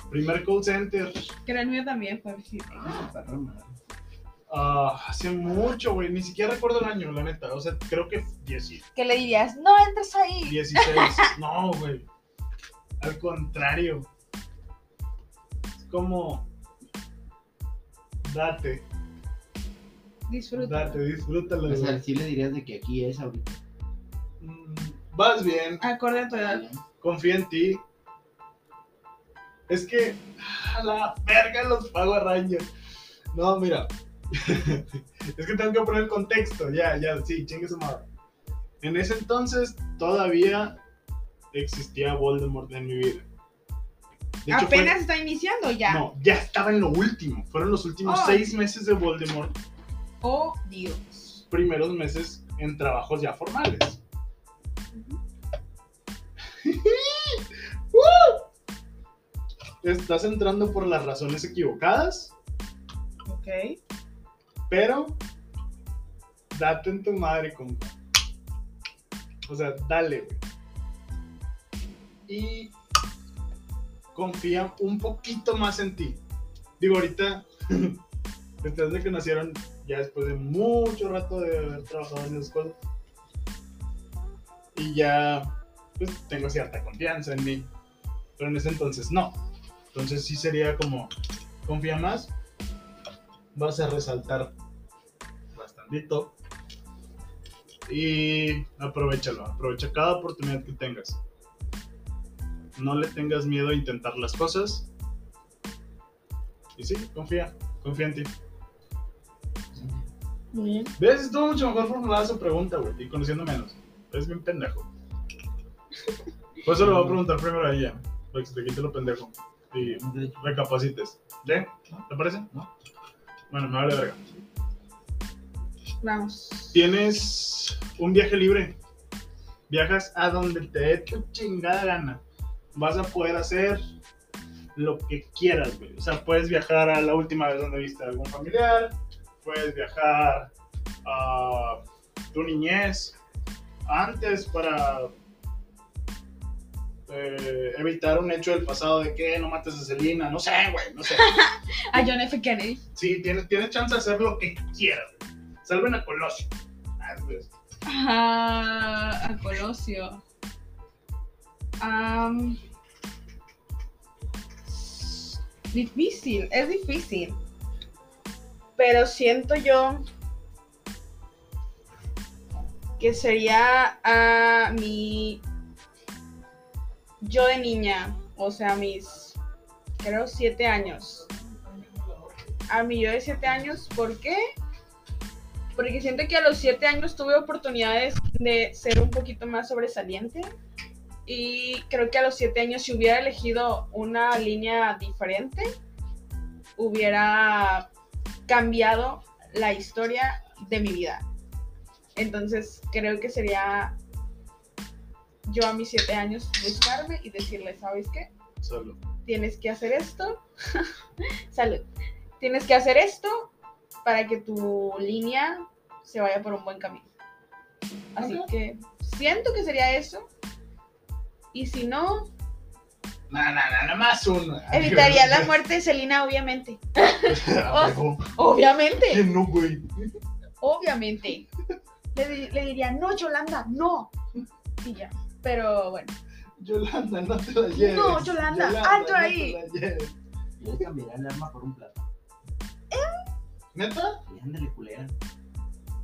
S2: Primer call center.
S3: Que era el mío también, fue sí.
S1: "Ah, perra madre".
S2: Ah, hace mucho, güey. Ni siquiera recuerdo el año, la neta. O sea, creo que 10,
S3: ¿Qué le dirías? No entres ahí.
S2: 16. no, güey. Al contrario. Es como. Date,
S3: Disfruta.
S2: date, disfrútalo.
S1: O sea,
S2: güey.
S1: sí le dirías de que aquí es ahorita.
S2: Mm, Vas bien,
S3: Acorde a tu
S1: Ah.
S3: edad.
S2: confía en ti. Es que. A la verga los Power Rangers. No, mira. es que tengo que poner contexto. Ya, ya, sí, chingue su madre. En ese entonces todavía existía Voldemort en mi vida. De hecho, fue-
S3: Apenas está iniciando ya.
S2: No, ya estaba en lo último. Fueron los últimos
S3: Ay.
S2: seis meses de Voldemort,
S3: Oh, Dios.
S2: primeros meses en trabajos ya formales. Estás entrando por las razones equivocadas,
S3: Ok.
S2: pero date en tu madre, compa. O sea, dale, güey. Y
S5: confía un poquito más en ti. Digo, ahorita, después de que nacieron, ya después de mucho rato de haber trabajado en las cosas, y ya pues, tengo cierta confianza en mí. Pero en ese entonces no. Entonces sí sería como, confía más, vas a resaltar bastantito y aprovechalo, aprovecha cada oportunidad que tengas. No le tengas miedo a intentar las cosas. Y sí, confía, confía en ti.
S3: Muy bien.
S5: ¿Ves? Estuvo mucho mejor formulada su pregunta, güey, y conociendo menos. Es bien pendejo. Por eso lo voy a preguntar primero a ella, para que se te quite lo pendejo. Y
S1: De hecho,
S5: recapacites. ¿Ya? ¿Te parece?
S1: ¿No?
S5: Bueno, me vale verga.
S3: Vamos.
S5: Tienes un viaje libre. Viajas a donde te dé tu chingada gana. Vas a poder hacer lo que quieras, güey. O sea, puedes viajar a la última vez donde viste a algún familiar. Puedes viajar a tu niñez. Antes para eh, evitar un hecho del pasado de que no mates a Selena. No sé, güey. No sé.
S3: A John F. Kennedy.
S5: Sí, tienes, tienes chance de hacer lo que quieras. güey. Salven a Colosio. Ah, güey.
S3: Ah, a Colosio. Am, difícil, es difícil. Pero siento yo que sería a mi yo de niña, o sea, mis creo siete años. A mi yo de siete años, ¿por qué? porque siento que a los siete años tuve oportunidades de ser un poquito más sobresaliente y creo que a los siete años si hubiera elegido una línea diferente, hubiera cambiado la historia de mi vida. Entonces creo que sería yo a mis siete años buscarme y decirle, ¿sabes qué?
S5: Solo.
S3: tienes que hacer esto. Salud. Tienes que hacer esto para que tu línea se vaya por un buen camino. Así que siento que sería eso. Y si no,
S5: No, no, no, nada más uno.
S3: evitaría la muerte de Selena, obviamente.
S5: Ah, huevo.
S3: Obviamente.
S5: ¿Quién no, güey?
S3: Obviamente. Le, di- le diría, no, Yolanda, no. Y ya. Pero bueno.
S5: Yolanda, no te la lleves.
S3: No, Yolanda, alto ahí.
S5: No te la lleves.
S1: Yo cambiaría el arma por un plato.
S5: ¿Neta?
S1: Y ándale, culera.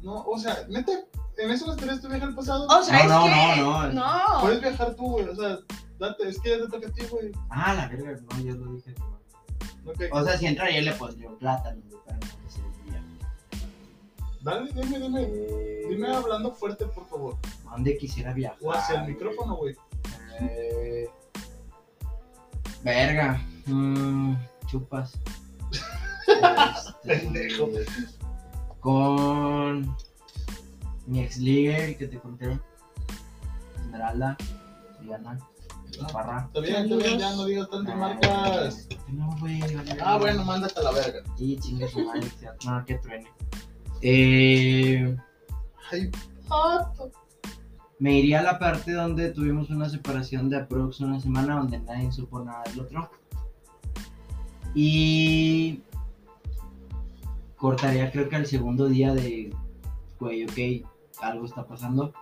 S5: No, o sea, neta, en eso las tres tú viajas al pasado.
S3: O sea,
S1: No,
S3: es
S1: no, Pues
S3: que.
S1: no,
S3: No.
S5: Puedes viajar tú, güey. O sea, date, es que ya te toca a ti, güey.
S1: Ah, la verga, no, yo lo dije. no.
S5: Ok,
S1: O sea, si entra ahí le pondría un plátano. güey, para no que se desvíe.
S5: dale, dime, dime.
S1: Eh,
S5: Dime hablando fuerte, por favor.
S1: ¿a ¿Dónde quisiera viajar?
S5: O hacia el micrófono, güey.
S1: Eh, verga. Mm, chupas. Este,
S5: Pendejo.
S1: con mi ex el que te conté. Esmeralda. Diana. Parra.
S5: Está bien, está bien, ya no digas
S1: Ah.
S5: tantas marcas.
S1: No, güey. vale,
S5: Ah,
S1: vale.
S5: bueno, mándate a la verga.
S1: Y chingue su madre, que sea- no, que truene. Eh,
S5: Ay, pato.
S1: me iría a la parte donde tuvimos una separación de aprox una semana donde nadie supo nada del otro. Y cortaría creo que al segundo día de, güey, ok, algo está pasando.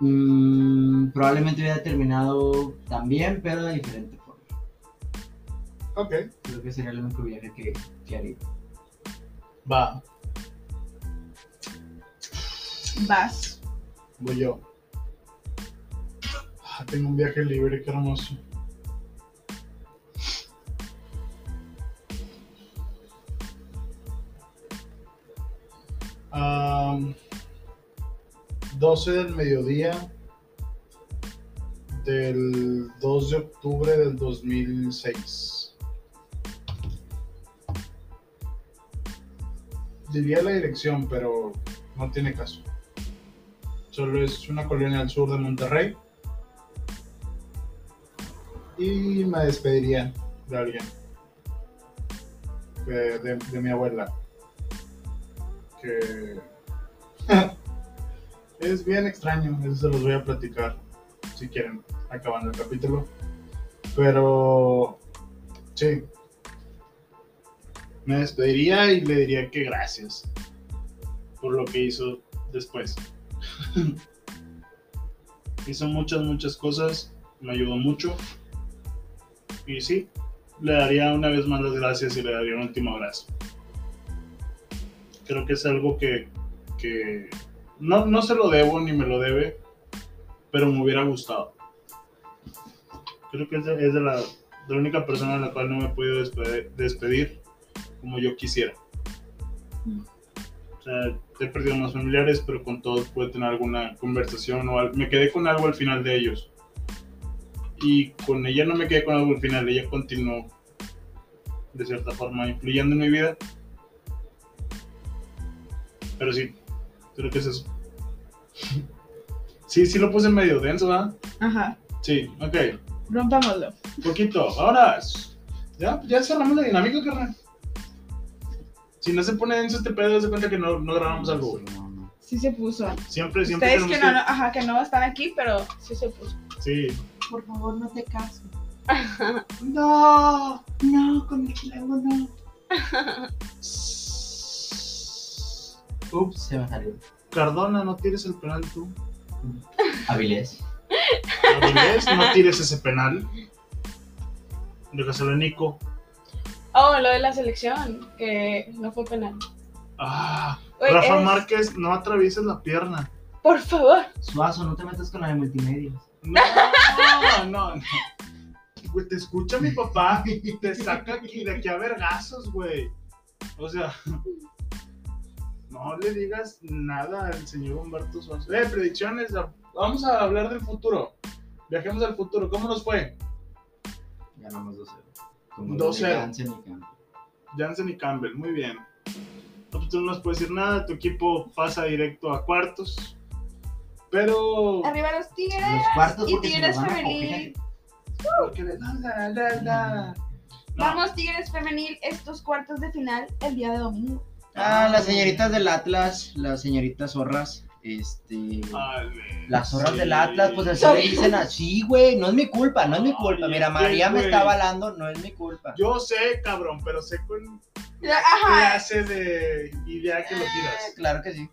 S1: Mm, probablemente hubiera terminado también, pero de diferente forma.
S5: Ok.
S1: Creo que sería el único viaje que, que haría.
S5: Va,
S3: Vas.
S5: voy yo. Ah, tengo un viaje libre, qué hermoso. Am, 12 del mediodía del 2 de octubre del 2006. Diría la dirección, pero no tiene caso solo es una colonia al sur de Monterrey. Y me despediría de alguien. De, de- de mi abuela. Que es bien extraño, eso se los voy a platicar si quieren, acabando el capítulo. Pero sí. Me despediría y le diría que gracias por lo que hizo después. hizo muchas, muchas cosas, me ayudó mucho. Y sí, le daría una vez más las gracias y le daría un último abrazo. Creo que es algo que, que no, no se lo debo ni me lo debe, pero me hubiera gustado. Creo que es de, es de la, de la única persona a la cual no me he podido despe- despedir como yo quisiera. O sea, he perdido más familiares, pero con todos pude tener alguna conversación o al- me quedé con algo al final de ellos. Y con ella no me quedé con algo al final, ella continuó de cierta forma influyendo en mi vida. Pero sí, creo que es eso. Sí, sí lo puse medio denso, ¿verdad?
S2: Ajá,
S5: Sí, ok.
S2: rompámoslo.
S5: Poquito, ahora. Ya, ya cerramos la dinámica, carnal. Si no se pone denso este pedo, se cuenta que no, no grabamos algo, güey.
S1: No, no.
S2: Sí se puso.
S5: Siempre, siempre
S2: Ustedes que
S5: tenemos
S2: no, no- ajá, que no están aquí, pero sí se puso.
S5: que- Sí,
S1: Por favor, no te cases. no, no, con mi clavo no. Ups, se me salió.
S5: Cardona, no tires el penal tú.
S1: Avilés.
S5: Avilés, no tires ese penal. Déjaselo a Nico.
S3: Oh, lo de la selección, que no fue penal.
S5: Ah,
S3: Güey,
S5: Rafa
S3: es-
S5: Márquez, no atravieses la pierna.
S3: Por favor.
S1: Suazo, no te metas con la de multimedia.
S5: No, no, no. Güey, te escucha mi papá y te saca aquí, de aquí a vergazos, güey. O sea, no le digas nada al señor Humberto Suazo. Eh, predicciones, la- vamos a hablar del futuro. Viajemos al futuro, ¿cómo nos fue?
S1: Ganamos 2-0. Como
S5: 2-0.
S1: de Janssen y Camp.
S5: Jansen y Campbell, muy bien. No, pues tú no nos puedes decir nada, tu equipo pasa directo a cuartos. Pero.
S3: Arriba los tigres.
S1: Los cuartos
S3: Y
S1: porque se
S3: Tigres
S1: nos van a
S3: femenil.
S1: coger.
S5: porque- la, la,
S1: Ah,
S5: la. No.
S3: Vamos, Tigres Femenil, estos cuartos de final el día de domingo.
S1: Ah, las señoritas del Atlas, las señoritas zorras, este...
S5: Vale,
S1: Las zorras
S5: sí.
S1: del Atlas, pues así
S3: Sorry.
S1: le dicen así, güey, no es mi culpa, no es mi culpa.
S5: Ay,
S1: Mira,
S5: es que,
S1: María me
S5: güey.
S1: está avalando, no es mi culpa.
S5: Yo sé, cabrón, pero sé con
S3: Ajá.
S5: clase de idea que lo
S1: Eh,
S5: tiras.
S1: Claro que sí.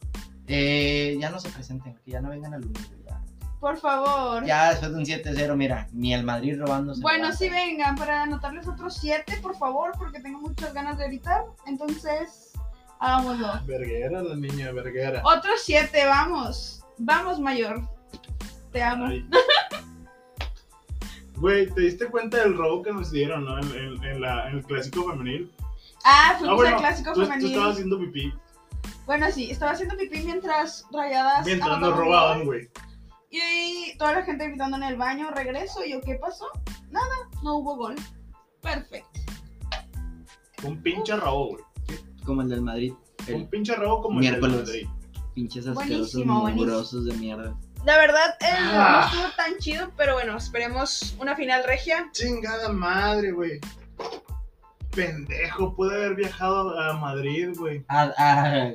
S1: Eh, ya no se presenten, que ya no vengan al lunes. güey, Ya.
S3: Por favor.
S1: ya después de un 7-0, mira, ni el Madrid robándose.
S3: Bueno,
S1: levanta.
S3: sí vengan para anotarles otros siete, por favor, porque tengo muchas ganas de gritar. Entonces, hagámoslo.
S5: Verguera, la niña verguera.
S3: Otros siete, vamos. Vamos, mayor. Te amo.
S5: Ay. Güey, ¿te diste cuenta del robo que nos dieron, no? En, en- en la- en el clásico femenil.
S3: Ah, fuimos
S5: Ah, bueno,
S3: al clásico
S5: tú, tú
S3: femenil.
S5: estabas haciendo pipí
S3: Bueno, sí, estaba haciendo pipí mientras rayadas.
S5: mientras nos
S3: anotaban
S5: robaban,
S3: gol.
S5: güey.
S3: Y toda la gente gritando en el baño, regreso. Y yo, ¿qué pasó? Nada, no hubo gol. Perfecto.
S5: Un pinche robo, güey.
S1: Como el del Madrid,
S5: Un
S1: el
S5: pinche robo como el
S1: Miércoles.
S5: de ahí.
S1: pinches
S3: Buenísimo,
S1: asquerosos,
S3: buenísimo.
S1: mugrosos de mierda.
S3: La verdad, eh,
S5: Ah.
S3: no estuvo tan chido, pero bueno, esperemos una final regia.
S5: Chingada madre, güey. Pendejo, pude haber viajado a Madrid, güey.
S1: Ah, ah,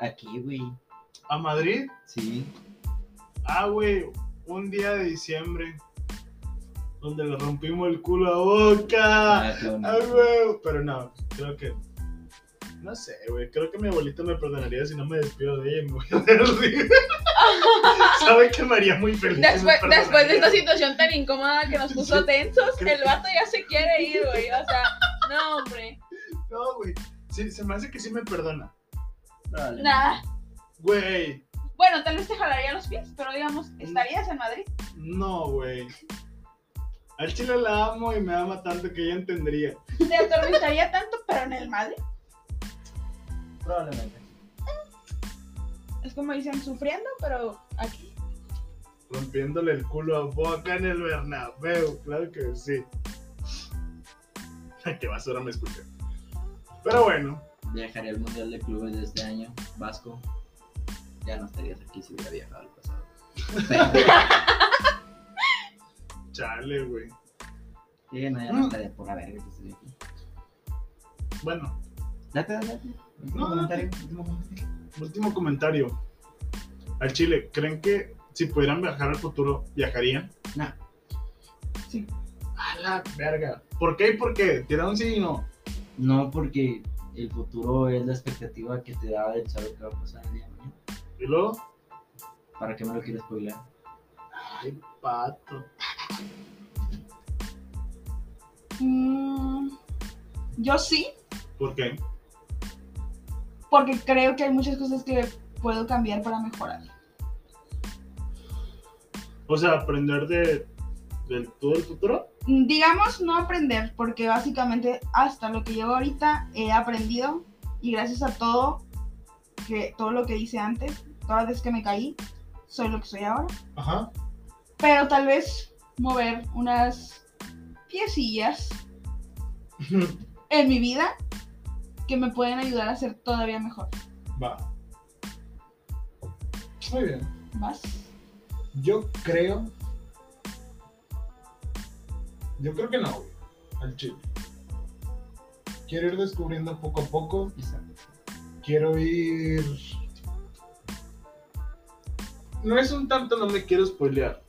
S1: aquí, güey.
S5: ¿A Madrid?
S1: Sí.
S5: Ah, güey, un día de diciembre. Donde le rompimos el culo a Boca.
S1: Ah, qué bonito.
S5: Ah, güey. Pero no, creo que... No sé, güey. Creo que mi abuelita me perdonaría si no me despido de ella y me voy a derrir. Sabe que me haría muy feliz. si me
S2: Después, después de esta
S5: perdonaría.
S2: situación tan incómoda que nos puso tensos, el vato ya se quiere ir, güey. O sea, no, hombre.
S5: No, güey. Sí, se me hace que sí me perdona.
S1: Vale.
S3: Nada.
S5: Güey,
S3: Bueno, tal vez te jalaría los pies, pero digamos, ¿estarías en Madrid?
S5: no, güey. Al chile la amo y me ama tanto que ella entendería.
S3: Te atormentaría tanto, pero en el Madrid.
S1: Probablemente.
S3: Es como dicen, sufriendo, pero aquí.
S5: Rompiéndole el culo a Boca en el Bernabéu, claro que sí. Qué basura me escuché. Pero bueno,
S1: Viajaré al Mundial de Clubes de este año, Vasco. Ya no estarías aquí si hubiera viajado al pasado.
S5: chale, güey.
S1: Sí, no, ya no estaría por haber que estoy aquí.
S5: Bueno,
S1: Date, date, date. Último
S5: No,
S1: comentario, último comentario.
S5: último comentario. Al Chile, ¿creen que si pudieran viajar al futuro, viajarían?
S1: No.
S2: Sí. A la verga. ¿Por qué y por qué? ¿Te da un signo?
S1: No, porque el futuro es la expectativa que te da del saber qué va a pasar el día de mañana.
S2: Y luego,
S1: ¿Para qué me lo quieres spoiler?
S2: ay, pato.
S3: Mm, yo sí,
S2: ¿Por qué?
S3: porque creo que hay muchas cosas que puedo cambiar para mejorar.
S2: O sea, aprender de, del tú del futuro.
S3: Mm, Digamos no aprender, porque básicamente hasta lo que llevo ahorita he aprendido y gracias a todo, que, todo lo que hice antes, todas las veces que me caí, soy lo que soy ahora.
S2: Ajá.
S3: Pero tal vez mover unas piecillas en mi vida que me pueden ayudar a ser todavía mejor.
S2: Va. Muy bien.
S3: ¿Vas?
S2: Yo creo. Yo creo que no, güey, Al chile. Quiero ir descubriendo poco a poco.
S1: Exacto.
S2: Quiero ir. No es un tanto, no me quiero spoilear.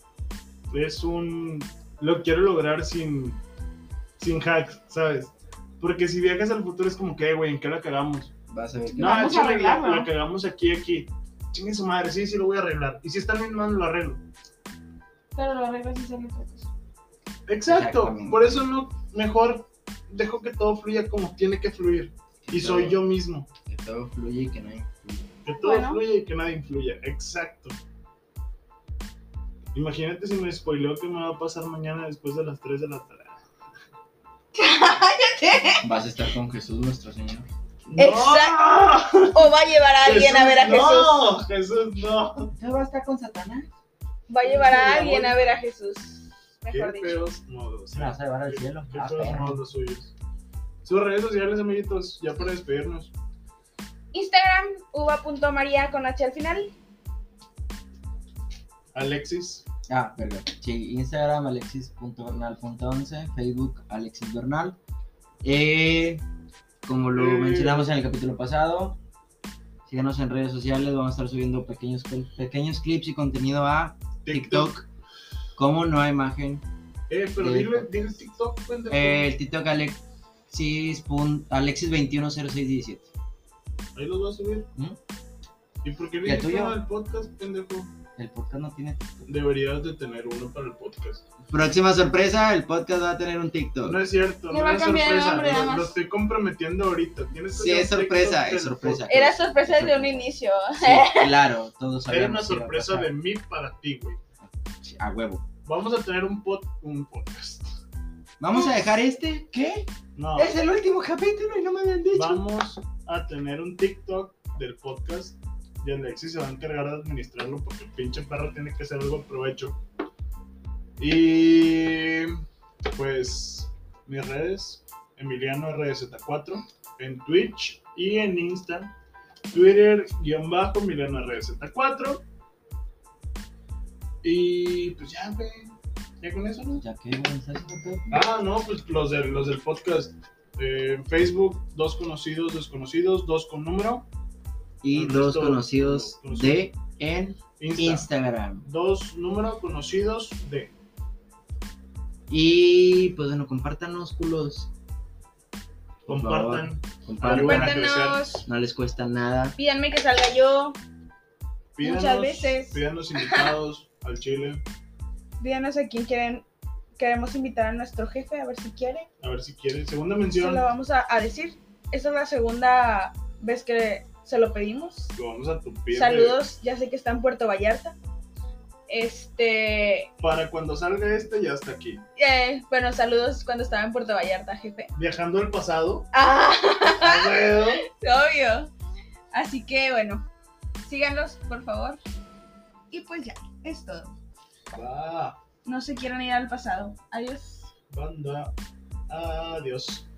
S2: Es un. Lo quiero lograr sin. Sin hacks, ¿sabes? Porque si viajas al futuro es como que, "Eh, güey, ¿en qué la cagamos?
S1: Vas a ver que
S2: No,
S3: Vamos
S2: chile,
S3: a arreglarlo.
S2: Ah, La, la cagamos aquí, aquí. Chingue su madre, sí, sí lo voy a arreglar. Y si está en mis manos, lo arreglo.
S3: Pero lo arreglas y sale otra cosa.
S2: Exacto,
S1: Exactamente.
S2: por eso no, mejor dejo que todo fluya como tiene que fluir. Y
S1: todo-
S2: soy yo mismo.
S1: Que todo fluye y que nadie influye.
S2: Que todo
S3: Bueno.
S2: fluya y que nadie influya. Exacto. Imagínate si me spoileo que me va a pasar mañana después de las 3 de la tarde.
S1: Vas a estar con Jesús nuestro Señor.
S5: Exacto. O va a llevar a alguien a ver a Jesús.
S2: No, Jesús no.
S5: ¿No va a estar con Satanás? Va a llevar
S2: Sí,
S5: a alguien
S2: amor.
S5: a ver a Jesús.
S2: Qué
S5: Mejor dicho.
S2: feos modos.
S1: Me vas a llevar al cielo.
S2: Qué
S1: Ah,
S2: feos
S1: perro.
S2: modos suyos. Sus redes sociales, amiguitos, ya para despedirnos.
S5: Instagram, uva.maría con H al final.
S2: Alexis.
S1: Ah, perdón. Sí, Instagram alexis.bernal.11, Facebook Alexis Bernal. Eh, como lo
S2: Eh.
S1: mencionamos en el capítulo pasado, síganos en redes sociales, vamos a estar subiendo pequeños, pequeños clips y contenido a
S2: TikTok.
S1: TikTok. Como no hay imagen.
S2: Eh, pero
S1: Eh,
S2: dile, dile TikTok, pendejo.
S1: Eh, el TikTok Alexis, pun- Alexis 210617.
S2: Ahí los voy a subir.
S1: ¿Mm?
S2: ¿Y por qué
S1: ¿Y el
S2: le
S1: tuyo?
S2: al podcast, pendejo?
S1: El podcast no tiene TikTok.
S2: Deberías de tener uno para el podcast.
S1: Próxima sorpresa, el podcast va a tener un TikTok.
S2: No es cierto,
S3: Le
S2: no
S3: va a
S2: es
S3: cambiar el
S2: sorpresa.
S3: nombre, nada
S2: lo,
S3: más.
S2: lo estoy comprometiendo ahorita. Tienes que
S1: Sí,
S2: hacer
S1: es
S2: un
S1: sorpresa,
S2: TikTok
S1: es
S2: del
S1: sorpresa.
S2: podcast.
S5: Era sorpresa desde un inicio.
S1: Sí, claro, todos
S2: Era una
S1: sabíamos que iba a
S2: sorpresa
S1: pasar.
S2: de mí para ti, güey.
S1: Sí, A huevo.
S2: Vamos a tener un, pod- un podcast.
S1: Vamos a dejar este. ¿Qué?
S2: No,
S1: Es el último capítulo y no me habían dicho.
S2: vamos a tener un TikTok del podcast. Y Alexis se va a encargar de administrarlo porque el pinche perro tiene que hacer algo de provecho. Y pues mis redes, Emiliano RZ4, en Twitch y en Insta, Twitter guión bajo Emiliano RZ4. Y pues ya, güey. Ya con eso, ¿no?
S1: Ya que güey, ¿estás haciendo qué?
S2: Ah, no, pues los, del- los del podcast. Eh, en Facebook, dos conocidos, desconocidos, dos con número.
S1: Y
S2: El
S1: dos
S2: resto-
S1: conocidos
S2: no, conocidos.
S1: de en
S2: Insta.
S1: Instagram.
S2: Dos número conocidos de.
S1: Y pues bueno, compártanos, culos. Por favor,
S2: Compartan,
S1: Compartan.
S2: Ayúdanos.
S5: Cuéntanos.
S1: No les cuesta nada.
S5: Pídanme que salga yo.
S2: pídanos,
S5: Muchas veces.
S2: pídanos invitados al chile,
S3: Díganos a quién quieren, queremos invitar a nuestro jefe, a ver si quiere.
S2: a ver si quieren. Segunda
S3: Se
S2: mención,
S3: lo vamos a, a decir. Esta es la segunda vez que se lo pedimos.
S2: lo vamos a tupir. de-
S3: Saludos, ya sé que está en Puerto Vallarta. Este,
S2: Para cuando salga este, ya está aquí.
S3: eh, bueno, saludos cuando estaba en Puerto Vallarta, jefe.
S2: Viajando al pasado.
S3: Ah,
S2: a huevo.
S3: obvio. Así que bueno, síganlos, por favor. Y pues ya, es todo.
S2: Va, Ah,
S3: No se quieran ir al pasado. Adiós.
S2: banda. Adiós.